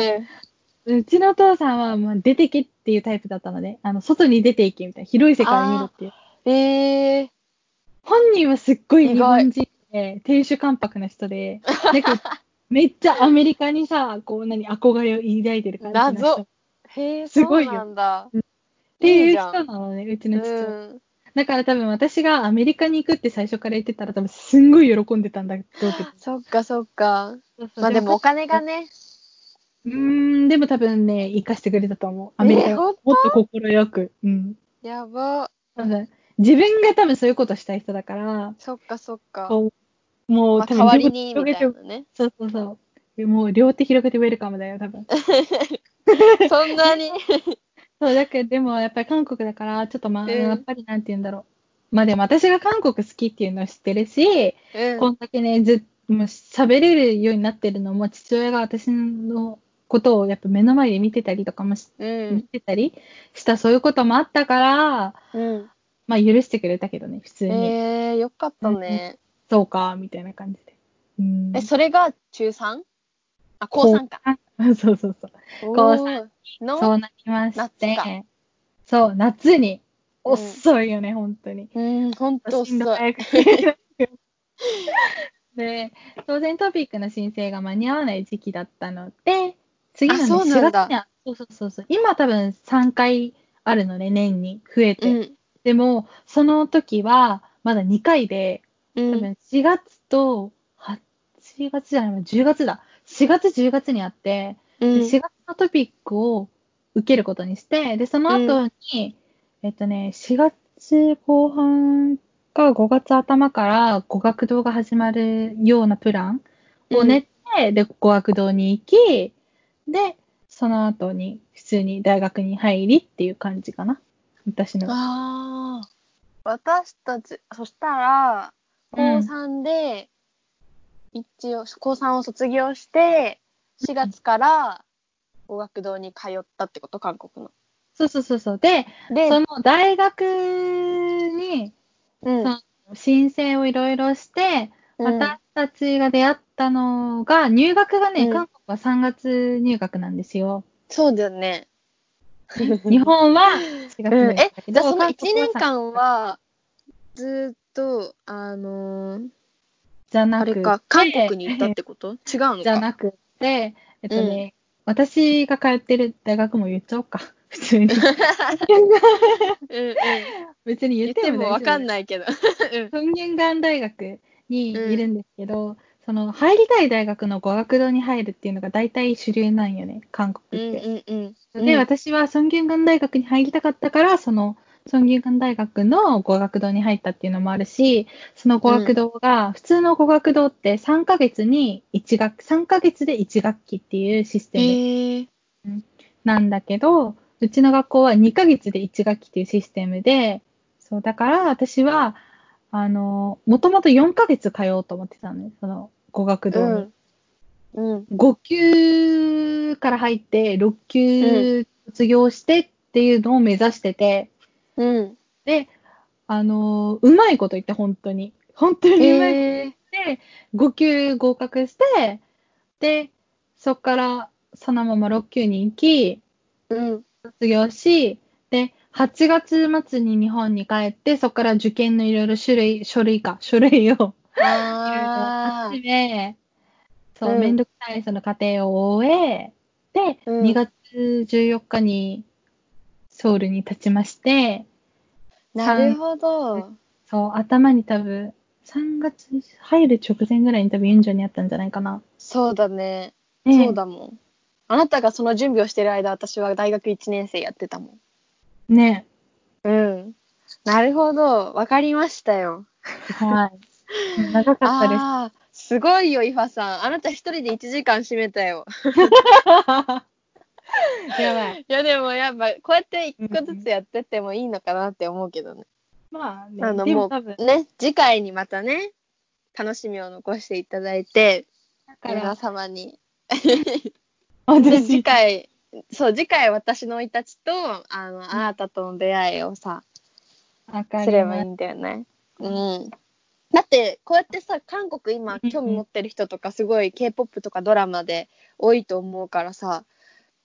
うちのお父さんは、まあ、出てけっていうタイプだったので、あの、外に出ていけみたいな、広い世界を見ろっていう。
えー、
本人はすっごい日
意外
本人で、亭主関白な人で、なんか、 めっちゃアメリカにさ、こう、何、憧れを抱いてる感じの人。
謎
っ
へえ、
すごいよ
そうなんだ。
ていう
いいじゃん
人なのね、うち
う
の父は。
ん。
だから多分私がアメリカに行くって最初から言ってたら、多分すんごい喜んでたんだろうけど。
そっかそっか。
そう
まあでもお金がね、
うーん、でも多分ね、生かしてくれたと思う。アメリカ
えー
も
本
っと心よく。うん。
やば。
多分、自分が多分そういうことしたい人だから、
そっかそっか。
こうもう、
まあ、
多
代
分
わ
両
り
手
に
広
み
げ
た
て
い、なね。
そうそうそう。もう両手広げてウェルカムだよ、多 分。
そんな に。
そう、だけど、でもやっぱり韓国だから、ちょっとまあ、
うん
やっぱりなんて言うんだろう。まあでも私が韓国好きっていうのを知ってるし、
うん
こんだけね、ずもう喋れるようになってるのも、父親が私のことをやっぱ目の前で見てたりとかもし、
うん
見。てたりした、そういうこともあったから、
うん。
まあ許してくれたけどね、普通に。
えー、よかったね。
そうか、みたいな感じで。うん、
え、それが中 3? あ、高3か。
う。 そうそうそう。高三
おーの
そうなりまし
夏か
て。そう、夏に。
うん
遅いよね、本当に。
うん、ほんと
しん
遅
ど
い。
早く で、当然トピックの申請が間に合わない時期だったので、次の、ね、
あそう
4
なんだ
月には、そうそうそうそう、今多分3回あるのね、年に増え
う
て。
ん。
でも、その時はまだ2回で、
う
多
ん。
分4月と8月じゃない、10月だ。4月、10月にあって、
うん
で4月のトピックを受けることにして、で、その後に、えっとね、4月後半か5月頭から語学堂が始まるようなプランを練って、で、語学堂に行き、で、その後に普通に大学に入りっていう感じかな。私の。
ああ。私たち、そしたら、
うん
高3で、一応、高3を卒業して、4月から語学堂に通ったってこと、韓国の。
そうそうそうそう。で、
で、
その大学に
うん
そ申請をいろいろして、
うん
私たちが出会ったのが、入学がね、
うん
韓国は3月入学なんですよ。
そうだよね。
日本は4月入学だ
え
けど、、
じゃあその
韓
1
国は
年間は、ずっと、あのー
じゃ
あ
なく
れ
て
か、韓国に行ったってこと違うの
じゃ
か。
なくて、えっとね、私が通ってる大学も言っちゃおうか、 普通 に。
うんうん、
別に言
言
っ
ってて
も
も
わ
わかんないけど。うん
文元館大学にいるんですけど、その入りたい大学の語学堂に入るっていうのが大体主流なんよね、韓
う
国
ん
って。
うんうん。
で、私はソンギュンガン大学に入りたかったから、そのソンギュンガン大学の語学堂に入ったっていうのもあるし、その語学堂が、普通の語学堂って3ヶ月に1学、3ヶ月で1学期っていうシステム
へえ。
なんだけど、うちの学校は2ヶ月で1学期っていうシステムで、そう、だから私は、あの、もともと4ヶ月通おうと思ってたのね、その語学堂に。
うん。うん。
5級から入って、6級卒業してっていうのを目指してて、
うん。
で、あの、うまいこと言って、本当に。本当にうまいこと
へえ。
で、5級合格して、で、そっからそのまま6級に行き、
うん。
卒業し、で、8月末に日本に帰って、そこから受験のいろいろ種類、書類か、書類を
ああ
集。め、そうう、
ん
めんどくさいその過程を終え、で、
うん
2月14日にソウルに立ちまして、
なるほど。
そう、頭に多分、3月入る直前ぐらいに多分ユンジョにあったんじゃないかな。
そうだね。
ね
そうだもん。あなたがその準備をしてる間、私は大学1年生やってたもん。
ね。
うん。なるほど。わかりましたよ。
はい。長かったです。
ああ、すごいよ、イファさん。あなた一人で1時間占めたよ。
やばい。
いや、でもやっぱ、こうやって一個ずつやってってもいいのかなって思うけどね。
まあね、
あの
で
も
も
う
多分、
ね、次回にまたね、楽しみを残していただいて、
だから
皆、様に。
私
次回、そう、次回私の生い立ちと、あの、あなたとの出会いをさ、
わか
す
り
れば
ま
いい
す。
んだよね。
う
うん。だって、こうやってさ、韓国今
うんうん
興味持ってる人とか、すごい K-POP とかドラマで多いと思うからさ、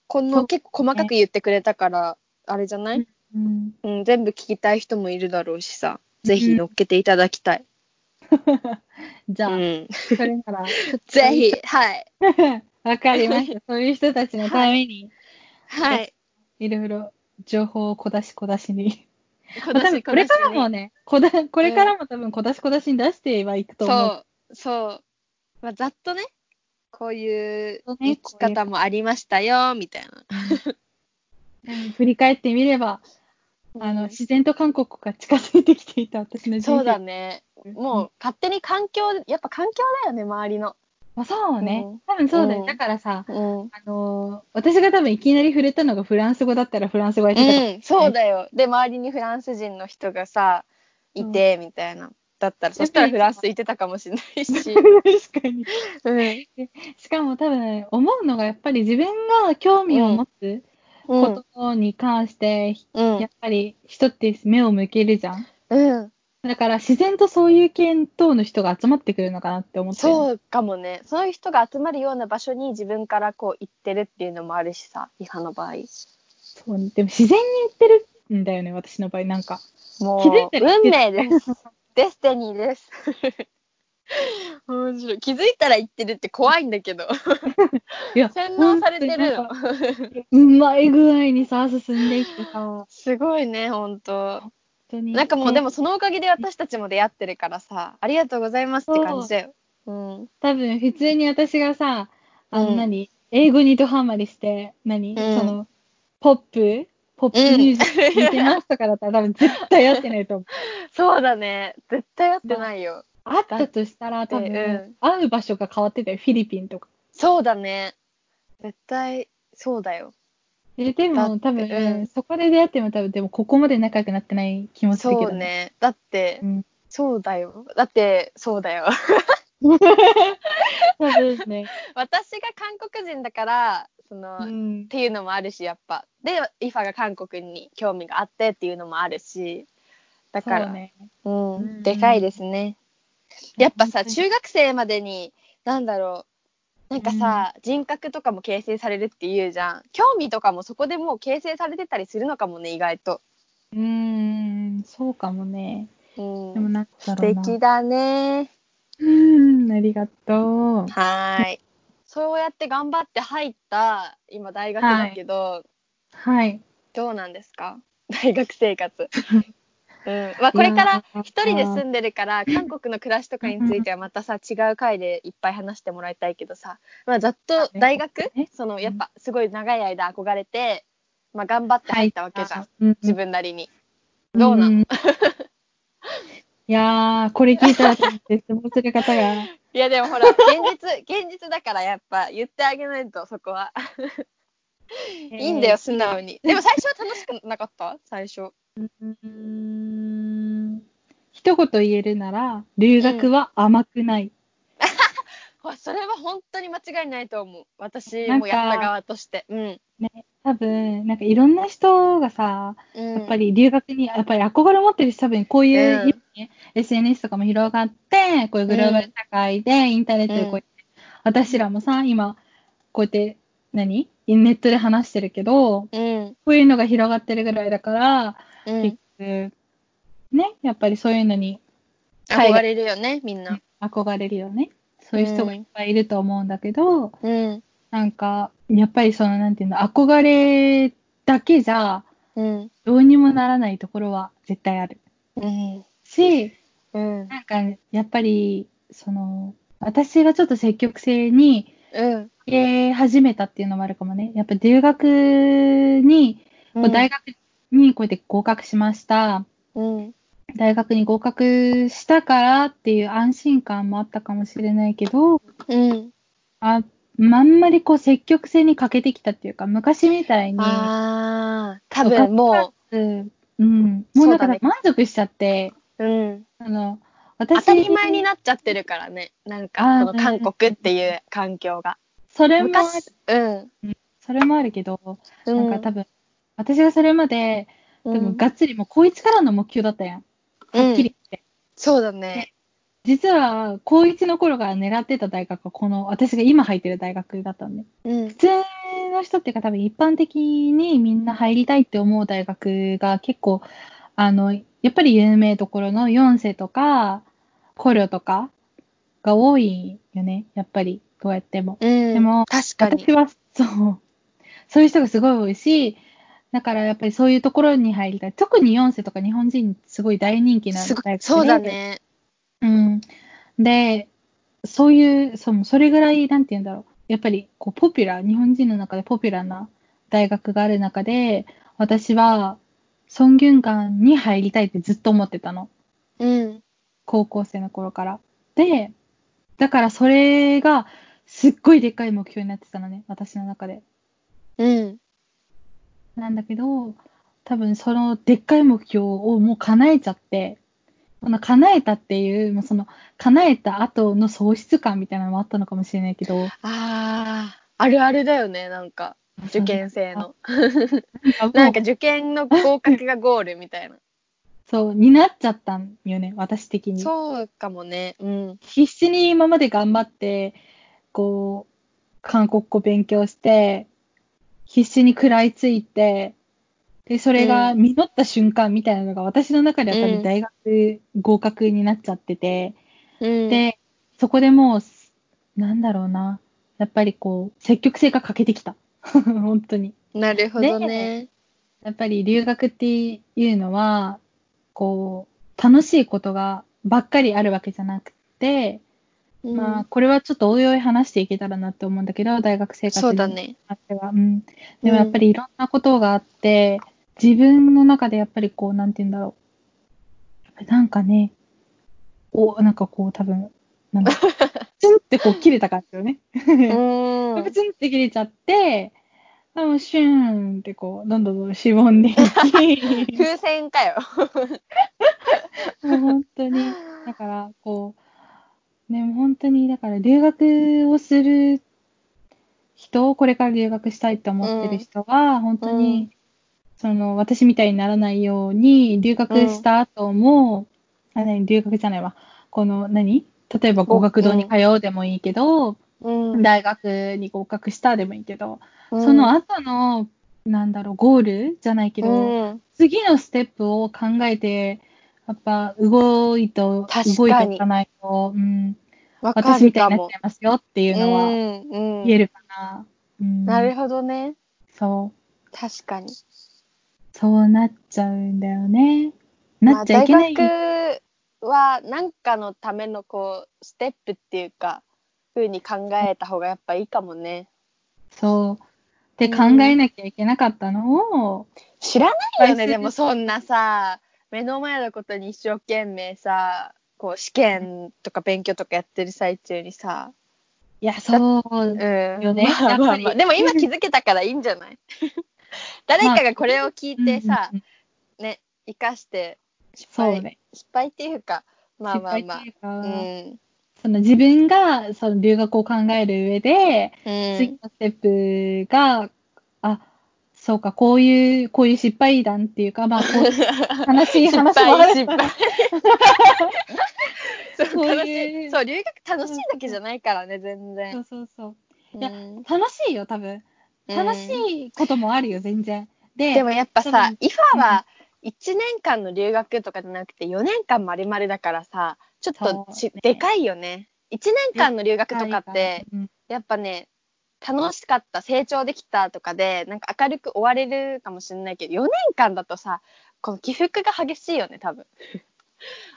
こ
そ
の
う
結構細かく言ってくれたから、あれじゃない、
うん、
うん、全部聞きたい人もいるだろうしさ、ぜひ乗っけていただきたい。
じ
う
ゃあ、
ん。
それなら、
ぜひ、はい。
わかりました。そういう人たちのために、
はい。
いろいろ情報を小出し小出しに。
こ
まあ多分これからもね、こだこれからも多分小出し小出しに出してはいくと思う。
そう、そう。まあ、ざっとね、こういう
そうね
生き方もありましたよ、みたいな。
うん振り返ってみれば、あの、自然と韓国が近づいてきていた私の人生。
そうだね。も
うん
う、勝手に環境、やっぱ環境だよね、周りの。
まあ、そうね、
うん
多分そうだよ、
うん
だからさ、
うん。
あのー私が多分いきなり触れたのがフランス語だったらフランス語やってたか
うん、そうだよ。で、周りにフランス人の人がさ、いて、みたいな。だったら、そしたらフランス行ってたかもしれないし。
ら、 確かに。
うん。
しかも多分思うのがやっぱり自分が興味を持つ
う
こ
ん。
とに関して、
うん
やっぱり人って目を向けるじゃん。
うん。
だから自然とそういう系統の人が集まってくるのかなって思ってう
そうかもね。そういう人が集まるような場所に自分からこう行ってるっていうのもあるしさ、リハの場合。
そうでも自然に言ってるんだよね私の場合なんか
も、
気づいうたら
運命 です。デスティニーです。面白い。気づいたら言ってるって怖いんだけど。
いや
洗脳されてるの
本。当になんかうまい具合にさ進んでいってさ本
すごいね、ほんと。
当に
なんかもう、で
も
もそのおかげで私たちも出会ってるからさ、ありがとうございますって感じだよ。うん。
多分普通に私がさあの
うん
何、英語にドハマりして何、
うん
そのポップポップミュージック見てますとかだったら多分絶対会ってないと 思う
そうだね。絶対会ってないよ。
会ったとしたら多分、
うん
会う場所が変わってたよフィリピンとか
そうだね。絶対、そうだよ。
えで
だっ
も
て
多分、
うん
そこで出会っても多分でもここまで仲良くなってない気もするけ
そ
ど
うね。だって
う、ん、
そうだよ。だって、そうだよ。
そうですね、
私が韓国人だから、その、
うん
っ、ていうのもあるしやっぱでイファが韓国に興味があってっていうのもあるしだから
そうね
うん
うん
でかいですねやっぱさ
本当に
中学生までになんだろうなんかさ、人格とかも形成されるっていうじゃん興味とかもそこでもう形成されてたりするのかもね意外と、
うーんそうかもね
うん
でもなんだ
素
ろうな
敵だね
うんありがとう
はーいそうやって頑張って入った今大学だけど、
はい
どうなんですか大学生 活。うんまあ、これから一人で住んでるから韓国の暮らしとかについてはまたさ違う回でいっぱい話してもらいたいけどさ、まあ、ざっと大学
ね
そのやっぱすごい長い間憧れて、まあ、頑張って入ったわけじゃん、
うん
自分なりに。どうなの
んい やーこれ聞いたら多分絶望する方が
いやでもほら現実現実だからやっぱ言ってあげないとそこはいいんだよ素直にでも最初は楽しくなかった最初
うーん一言言えるなら留学は甘くない、
わそれは本当に間違いないと思う私
なん
も
か
やった側としてうん
多分なんかいろんな人がさ
や
やっぱ、り留学にやっぱり憧れを持ってる人多分こういう、
うん
ね SNS とかも広がってこういうグローバル社会でインターネットでこうやって、私らもさ今こうやって何ネットで話してるけどこ
うん
ういうのが広がってるぐらいだから、
うん、
結局ねやっぱりそういうのに海
憧
外
れるよねみんな。
憧れるよねそういう人がいっぱいいると思うんだけど、
うん
なんかやっぱりそのなんていうの憧れだけじゃ
うん
どうにもならないところは絶対ある
うん
し
うん
なんかやっぱりその私がちょっと積極性に
うん
受け始めたっていうのもあるかもねやっぱ留学に、こう大
学
学にこうやって合格しました
うん
大学に合格したからっていう安心感もあったかもしれないけど
うん
ああんまりこう積極性に欠けてきたっていうか昔みたいに。
ああ多分も
うん、うんもうなんか
そうだね
満足しちゃって、
う、うん、
あの
当
私
たり前になっちゃってるからねなん
あ
か
ー
この韓国っていう環境が
それもあ
昔うん
それもあるけど、
うん
なんか多分、私がそれまで、多
う
分
ん
がっつりもう高一からの目標だったやん。はっきり言って。
そうだね。
実は、高一の頃から狙ってた大学は、この、私が今入ってる大学だったんで。
うん
普。通の人っていうか多分一般的にみんな入りたいって思う大学が結構あのやっぱり有名どころの四世とかコリョとかが多いよねやっぱりどうやっても。
うん、
でも
確かに
私。はそうそういう人がすごい多いしだからやっぱりそういうところに入りたい特に四世とか日本人にすごい大人気な大
すご
学で
そうだね。
うん、で、そういう、そのそれぐらい、なんて言うんだろう、やっぱりこうポピュラー、日本人の中でポピュラーな大学がある中で、私は、ソンギュンガンに入りたいってずっと思ってたの、
うん。
高校生の頃から。で、だからそれが、すっごいでっかい目標になってたのね、私の中で。
うん。
なんだけど、多分そのでっかい目標をもう叶えちゃって、この叶えたっていう、もうその叶えた後の喪失感みたいなのもあったのかもしれないけど、
ああ、あるあるだよね、なんか。受験生の。
なんかも
な
うん
か受験の合格がゴールみたいな。
そう、になっちゃったんよね、私的に。
そうかもね。うん。
必死に今まで頑張って、こう、韓国語勉強して、必死に食らいついて、で、それが実った瞬間みたいなのが私の中では多
うん
分大学合格になっちゃってて、
うん、
で、そこでもう、すなんだろうな、やっぱりこう、積極性が欠けてきた。 本当に。
なるほどね。
やっぱり留学っていうのは、こう、楽しいことがばっかりあるわけじゃなくて、
うん
まあ、これはちょっとおいおい話していけたらなって思うんだけど、大学生活
そうだ
に
ね。
あっては。うん。でもやっぱりいろんなことがあって、自分の中でやっぱりこう、なんて言うんだろう。やっぱりなんかね、お、なんかこう、多分、なんだ ろう。ツンってこう切れた感じよね。
うん。
プツンって切れちゃって、でもシューンってこう、どんどんどんしぼんでいき、
風船かよ。
もう 本当に、だから、こう、ね、もう本当に、だから留学をする人、これから留学したいって思ってる人は、本当
う
に、その、私みたいにならないように、留学した後も、あ、何、留学じゃないわ。この、何例えば語学堂に通うでもいいけど、
うん
大学に合格したでもいいけど、その後の、なんだろう、ゴールじゃないけど、
うん、
次のステップを考えて、やっぱ動いと、
確
動い
かに
ていかないと、うん、
わか
私
る
みたい
か
になっ
も
ち。ゃいますよっていうのは
うんうん
言えるかな。うん
なるほどね。
そう、
確かに。
そうなっちゃうんだよね。なっちゃいけない。
まあ大学は何かのためのこうステップっていうか風に考えた方がやっぱいいかもね。
そう。って考えなきゃいけなかったのを、
知らないよね
大切
でもそんなさ目の前のことに一生懸命さこう試験とか勉強とかやってる最中にさ。
いや、そう。
うん。
よね
まあま
やっ
あ
ぱり
まあでも今気づけたからいいんじゃない 誰かがこれを聞いてさ、
うんうんうん
ね生かして失
そう
敗、
ね。
失敗っていうかまあまあまあ
失敗っていうか
うん
その自分がその留学を考える上で、
うん
次のステップが、あ、そうか、こういう、こういう失敗談っていうか、まあ、こういう 悲しい
失
話
敗
もある
失敗 そう
こう
悲
い
しいうそう留学楽しいだけじゃないからね全
そ
然
うそうそう。
う
いや
ん
楽しいよ、多分。楽しいこともあるよ、全然。で、
でもやっぱ
多
さ
分
イファは1年間の留学とかじゃなくて4年間まるまるだからさちょっとし
そうね
でかいよね1年間の留学とかって、
うん
やっぱね楽しかった成長できたとかでなんか明るく終われるかもしれないけど4年間だとさこの起伏が激しいよね多分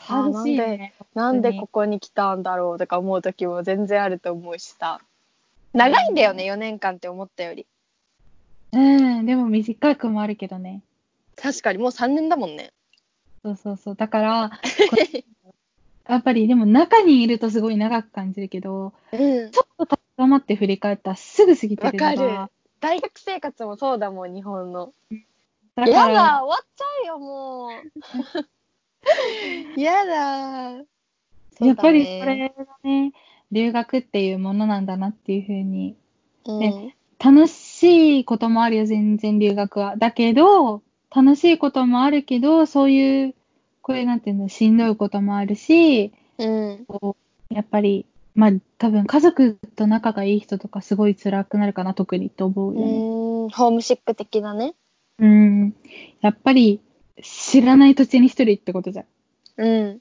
あー
楽しいね。
なんで
本
ここに来たんだろうとか思う時も全然あると思うしさ長いんだよね4年間って思ったより
当にうん、でも短くもあるけどね。
確かにもう3年だもんね
そうそうそう。だから、これ やっぱり、でも中にいるとすごい長く感じるけど、
うん
ちょっと高まって振り返ったらすぐ過ぎてるのが
わかる大学生活もそうだもん日本の
だ
や
から
だ終わっちゃうよも うやだ
やっぱり
そう
そ
だね
れがね、留学っていうものなんだなっていうふうに
うん
ね楽しいこともあるよ、全然留学は。だけど、楽しいこともあるけど、そういう、これなんていうの、しんどいこともあるし、
うん。
こうやっぱり、まあ多分家族と仲がいい人とかすごい辛くなるかな、特にって思うよね。
うん、ホームシック的なね。
うん。やっぱり、知らない土地に一人ってことじゃ
うん。
ん。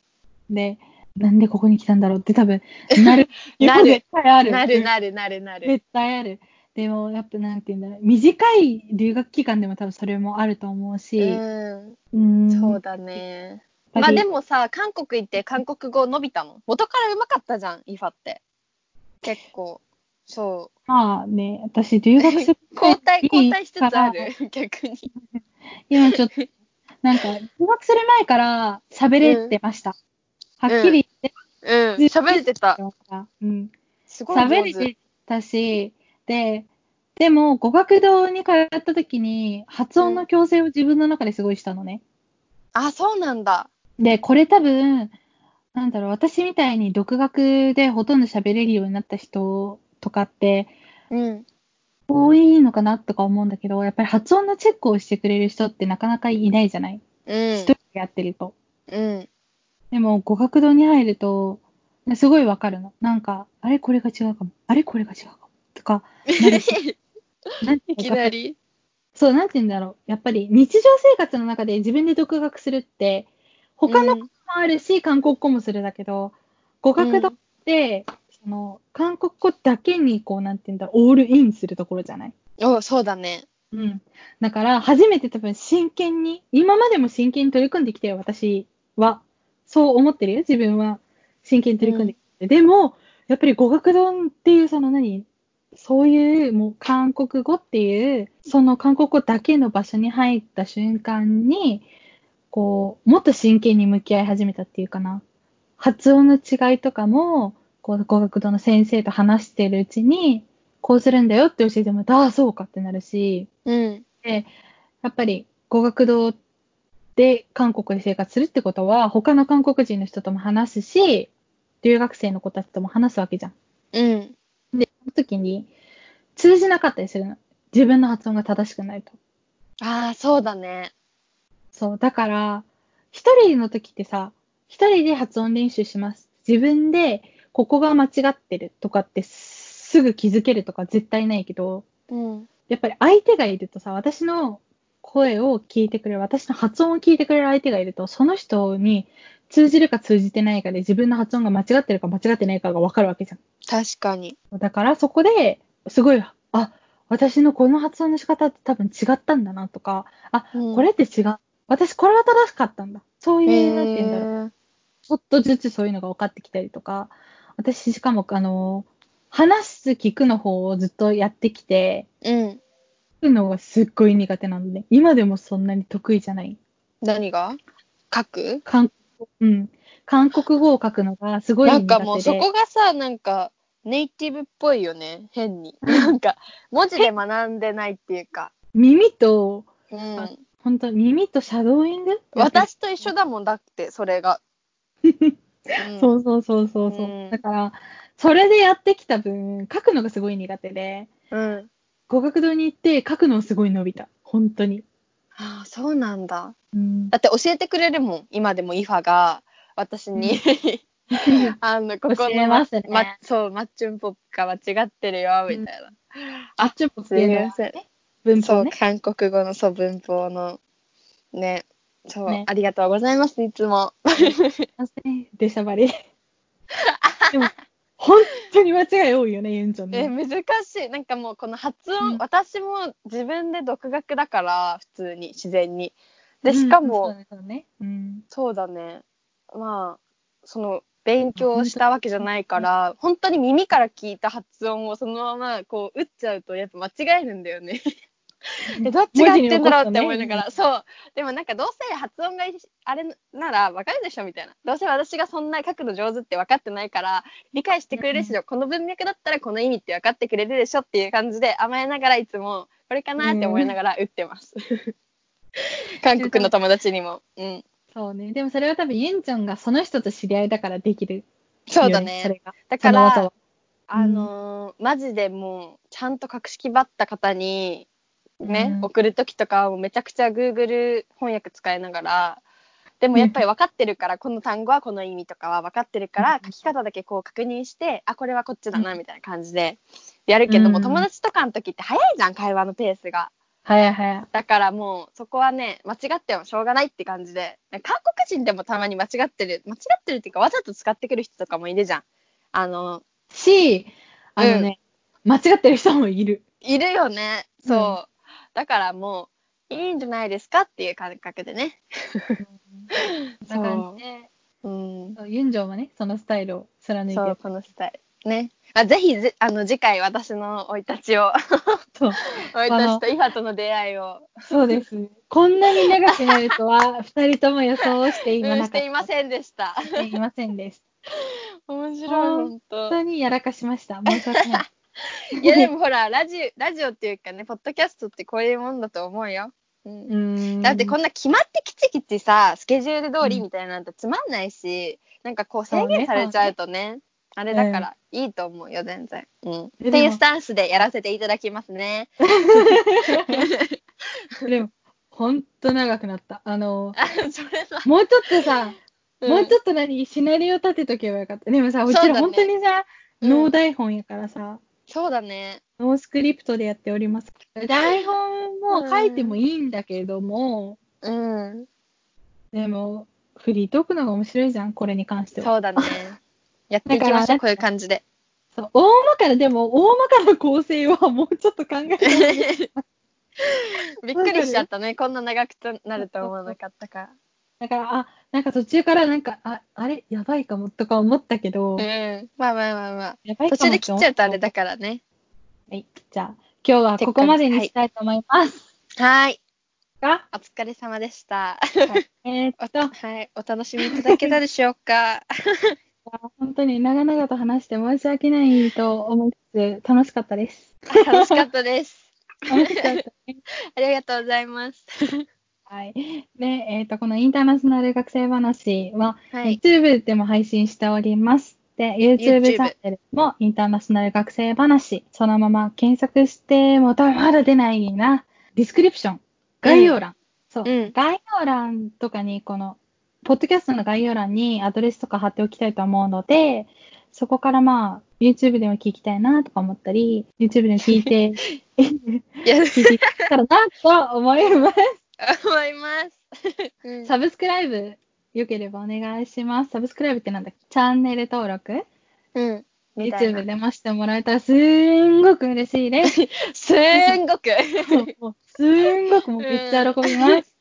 で、なんでここに来たんだろうって多分、な る。
なる
絶対ある。
なるなるなるなる。
絶対ある。でも、やっぱなんていうんだろう。短い留学期間でも多分それもあると思うし。
う
うん
ん、そうだね。
やっ
ま
ぱ
あ
り
でもさ、韓国行って韓国語伸びたの。元からうまかったじゃん、イファって。結構。そ
まあね、私、留学する
う。 交
前
代、
に
交代しつつあ る。逆に。
今ちょっ と、なんか、留学する前から喋れてました。
ん
はっきり言って
うん、喋れてた。
ました。うん。
すごい
喋れ
上手。
てたし、で、でも、語学堂に通った時に、発音の矯正を自分の中ですごいしたのね。
あ、そうなんだ。
で、これ多分、なんだろう、私みたいに独学でほとんど喋れるようになった人とかって、
うん。
多いのかなとか思うんだけど、やっぱり発音のチェックをしてくれる人ってなかなかいないじゃない
うん
一。人でやってると。
うん。
でも、語学堂に入ると、すごいわかるの。なんか、あれこれが違うかも。あれこれが違うかも。と か、なるしなんてい
いうき
か
なり。
そう、なんて言うんだろう。やっぱり日常生活の中で自分で独学するって、他の子も
うん
あるし、韓国語もするだけど、語学だって、その、韓国語だけに、こう、なんて言うんだろう、オールインするところじゃない
お、そうだね。
うん。だから、初めて多分真剣に、今までも真剣に取り組んできてよ、私は。そう思ってるよ、自分は。真剣に取り組んできて。でも、やっぱり語学論っていう、その何そういう、もう韓国語っていう、その韓国語だけの場所に入った瞬間に、こう、もっと真剣に向き合い始めたっていうかな。発音の違いとかも、こう、語学堂の先生と話してるうちに、こうするんだよって教えてもらって、ああ、そうかってなるし、
うん。
やっぱり語学堂で韓国で生活するってことは、他の韓国人の人とも話すし、留学生の子たちとも話すわけじゃん。
うん。
その時に通じなかったりするの。自分の発音が正しくないと。
ああ、そうだね。
そう、だから、一人の時ってさ、一人で発音練習します。自分で、ここが間違ってるとかってすぐ気づけるとか絶対ないけど、
うん。
やっぱり相手がいるとさ、私の声を聞いてくれる、私の発音を聞いてくれる相手がいると、その人に通じるか通じてないかで自分の発音が間違ってるか間違ってないかがわかるわけじゃ
確かに。
ん。だからそこですごい、あ、私のこの発音の仕方って多分違ったんだなとか、あ、
うん
これって違う。私これは正しかったんだ。そういう、なんて言うんだろう。
え
ちょっとずつそういうのが分かってきたりとか、私しかも、あの、話す聞くの方をずっとやってきて、
ーうん。
聞くのがすっごい苦手なので、今でもそんなに得意じゃない。
何が書く
韓国,、うん、韓国語を書くのがすごい苦
な
手で。
んかもうそこがさ、なんかネイティブっぽいよね。変に。なんか文字で学んでないっていうか。
耳と、
うん。
本当耳とシャドーイング
私と一緒だもんだって、それが。うん
そうそうそうそうそう、
うん
だから、それでやってきた分、書くのがすごい苦手で、
うん。
語学堂に行って書くのすごい伸びた。本当に。
ああ、そうなんだ。
うん
だって教えてくれるもん今でもイファが私にあのここ
教え
の
ますね
まそうマッチュンポップが間違ってるよみたいな、
あ、ちょっと
すいません、
文
そ
法
う
ね。
韓国語のそう文法のねそう、
ね
ありがとうございますいつも
すいません。出しゃばり。でも、本当に間違い多いよね、ユンジョン
え
ね。
難しいなんかもうこの発音、
うん
私も自分で独学だから普通に自然にで
うん
しかも、
そうだそうだね。うん。
そうだね。まあ、その、勉強したわけじゃないから、本当に耳から聞いた発音をそのまま、こう、打っちゃうと、やっぱ間違えるんだよね。で、どっちが合ってんだろうって思いながら、そう。でもなんか、どうせ発音がいあれならわかるでしょみたいな。どうせ私がそんな書くの上手って分かってないから、理解してくれるでしょ、この文脈だったらこの意味って分かってくれるでしょっていう感じで甘えながらいつも、これかなって思いながら打ってます。韓国の友達にも。うん。
そうね。でもそれは多分ユンジョンがその人と知り合いだからできる。
そうだ
そ
ね。
れが。
だから、あのーマジでもうちゃんと格式ばった方にね、
うん
送る時とかはもうめちゃくちゃ Google 翻訳使いながらでもやっぱり分かってるから、この単語はこの意味とかは分かってるから、書き方だけこう確認してあこれはこっちだなみたいな感じでやるけど、も
うん
友達とかの時って早いじゃん会話のペースが
早い早い。
だからもうそこはね間違ってもしょうがないって感じで韓国人でもたまに間違ってる間違ってるっていうかわざと使ってくる人とかもいるじゃんあの
し、あのね、間違ってる人もいる。
いるよね。そう。だからもう、いいんじゃないですかっていう感覚でね。
そんな感じで、
うん。
そうユンジョンはね、そのスタイルを貫いて
そう、
る。
このスタイル。ね。あぜひぜ、あの、次回私の生い立ち を、
そう
生い立ちとイファとの出会いを、
そうです。こんなに長くなると は、二人とも予想していま
うん
なか
し
った。
ていませんでした。
していませんでした。
面白い、
ほ
本
本
当。
当にやらかしました。申し訳 ない。
いや、でもほら、ラジオ、ラジオっていうかね、ポッドキャストってこういうもんだと思うよ。うん
うーん
だってこ
ん
んな決まってきちきちさスケジュール通りみたいなんてつまんないし、なんかこう制限されちゃうとねあれだからいいと思うよ全然、うん、っ
でも
ていうスタンスでやらせていただきますね
でも、ほんと長くなった。あの、
あそれは、
もうちょっとさ、
うん
もうちょっと何、シナリオ立てとけばよかった。でもさ、う
そう
ち
だ
ら
ね
本当にさ、
うん
ノー台本やからさ、
そうだね
ノースクリプトでやっております。台本も書いてもいいんだけども、
うん
でも、フリートークの方が面白いじゃん、これに関しては。
そうだねやっていき
だ
まし
から
ょうこういう感じ で
そう大まかな、でも、大まかな構成はもうちょっと考えて。
びっくりしちゃったねこんな長くなると思わなかったか
だから、あ、なんか途中からなんか、あ、あれ、やばいかもとか思ったけど、
らうんまあまあまあま
やば
あ
いかも
途中で切っちゃうとあれ
だ
だからね
はい。じゃあ、今日はここまでにしたいと思います。
はーい
が、
お疲れ様でした
えーっ
お
と、
はい、お楽しみいただけたでしょう か。
本当に長々と話して申し訳ないと思いつつ、楽しかったです。
楽しかったです。
楽しかったです。
ありがとうございます。
はい。で、えーっと、このインターナショナル学生話は、
はい、
YouTube でも配信しております。で、YouTube チャンネルもインターナショナル学生話、そのまま検索しても多分まだ出ないな。ディスクリプション、概要欄。そう、
うん
概要欄とかに、この、ポッドキャストの概要欄にアドレスとか貼っておきたいと思うので、そこからまあ、YouTube でも聞きたいなとか思ったり、YouTube でも聞いて、
いや、
聞いていたらなと思います。
思います。 うん
サブスクライブ、よければお願いします。サブスクライブってなんだっけチャンネル登録
うん、みたいな
YouTube でましてもらえたらすんごく嬉しい です。
すんごく
もうすんごくもうめっちゃ喜びます。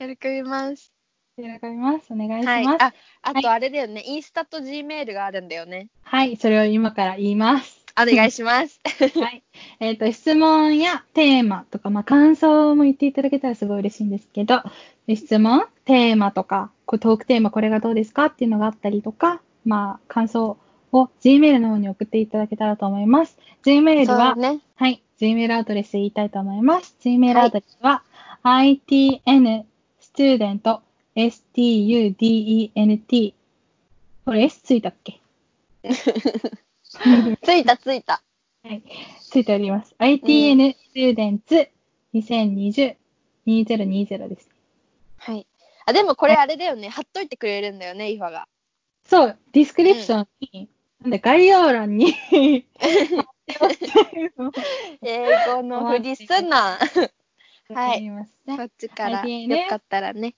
喜びます。
喜びます。お願いし
はい、
ます。はい、
あ、あとあれだよね、インスタと G メールがあるんだよね。
それを今から言い ます。
お願いします。
はい。えっ、と、質問やテーマとか、まあ、感想も言っていただけたらすごい嬉しいんですけど、質問、テーマとか、こうトークテーマこれがどうですかっていうのがあったりとか、まあ、感想を Gmail の方に送っていただけたらと思います。Gmail は、
そうね、
はい。Gmail アドレス言いたいと思います。Gmail アドレスは、itnstudent,student, これ S ついたっけ
ついたついた。
はい。ついております。itnstudents2020-2020 です。
はい。あ、でもこれあれだよね、貼っといてくれるんだよね、イファが。
そう、ディスクリプションに、なんで概要欄 に
英語のふりすな。は
入
い、
ります
こ
ね。
っちから、
はい
よかったらね。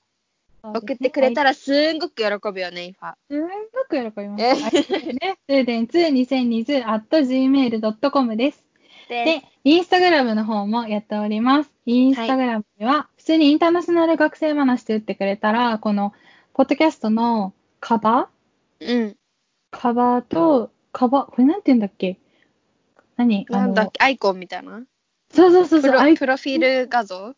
そう
送
で
っ
すね
てくれたらすんごく喜ぶよね、イファ。
すごく喜びま
え
す。ステーデンツ2020 at gmail.com です。で、インスタグラムの方もやっております。インスタグラムでは、普通にインターナショナル学生話って打ってくれたら、この、ポッドキャストのカバ
で、うん。
ーカバーと、カバー、これなんて言うんだっけ何あ
な
の
んだっけ、アイコンみたいな。
そうそうそう
プ
そう、
ロ
あい
プロフィール画像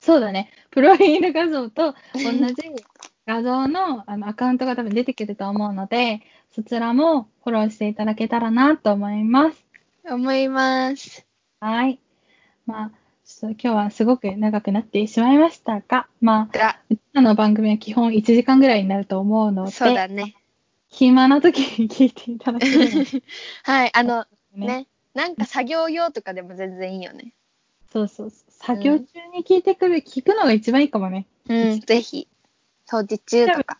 そうだね。プロフィール画像と同じ画像のあのアカウントが多分出てくると思うので、そちらもフォローしていただけたらなと思います。
思います。
はい。まあ、ちょっと今日はすごく長くなってしまいましたが、まあ、
が、
うちらの番組は基本1時間ぐらいになると思うので、
そうだね。
暇な時に聞いていただけるんです
はい、あの、
ね。
ねなんか作業用とかでも全然いいよね。
そうそうそう。作業中に聞いてくる、聞くのが一番いいかもね。
うん、ぜひ。掃除中とか。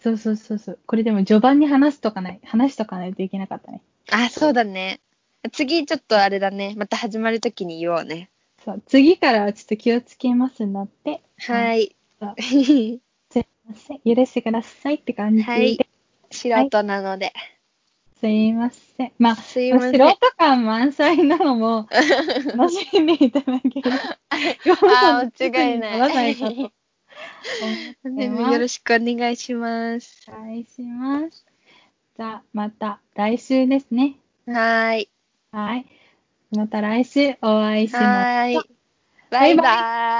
そうそうそうそう。これでも序盤に話すとかない、話しとかないといけなかったね。
あ、そうだね。次、ちょっとあれだね。また始まるときに言おうね。
そう、次からはちょっと気をつけますんだって。
はい。
そう
素
すいません。許してくださいって感じで。
はい人なので。
すいません。まあ、
すいません
素人感満載なの も、楽しんでいただける。
あ ー、間違いない。
ようこその一つにならないかと思っ
で
て
もよろ
し
しくお願いします
く。お願いします。じゃあ、また来週ですね。
はい。
はい。また来週お会いしましょう
はい。バイバイ。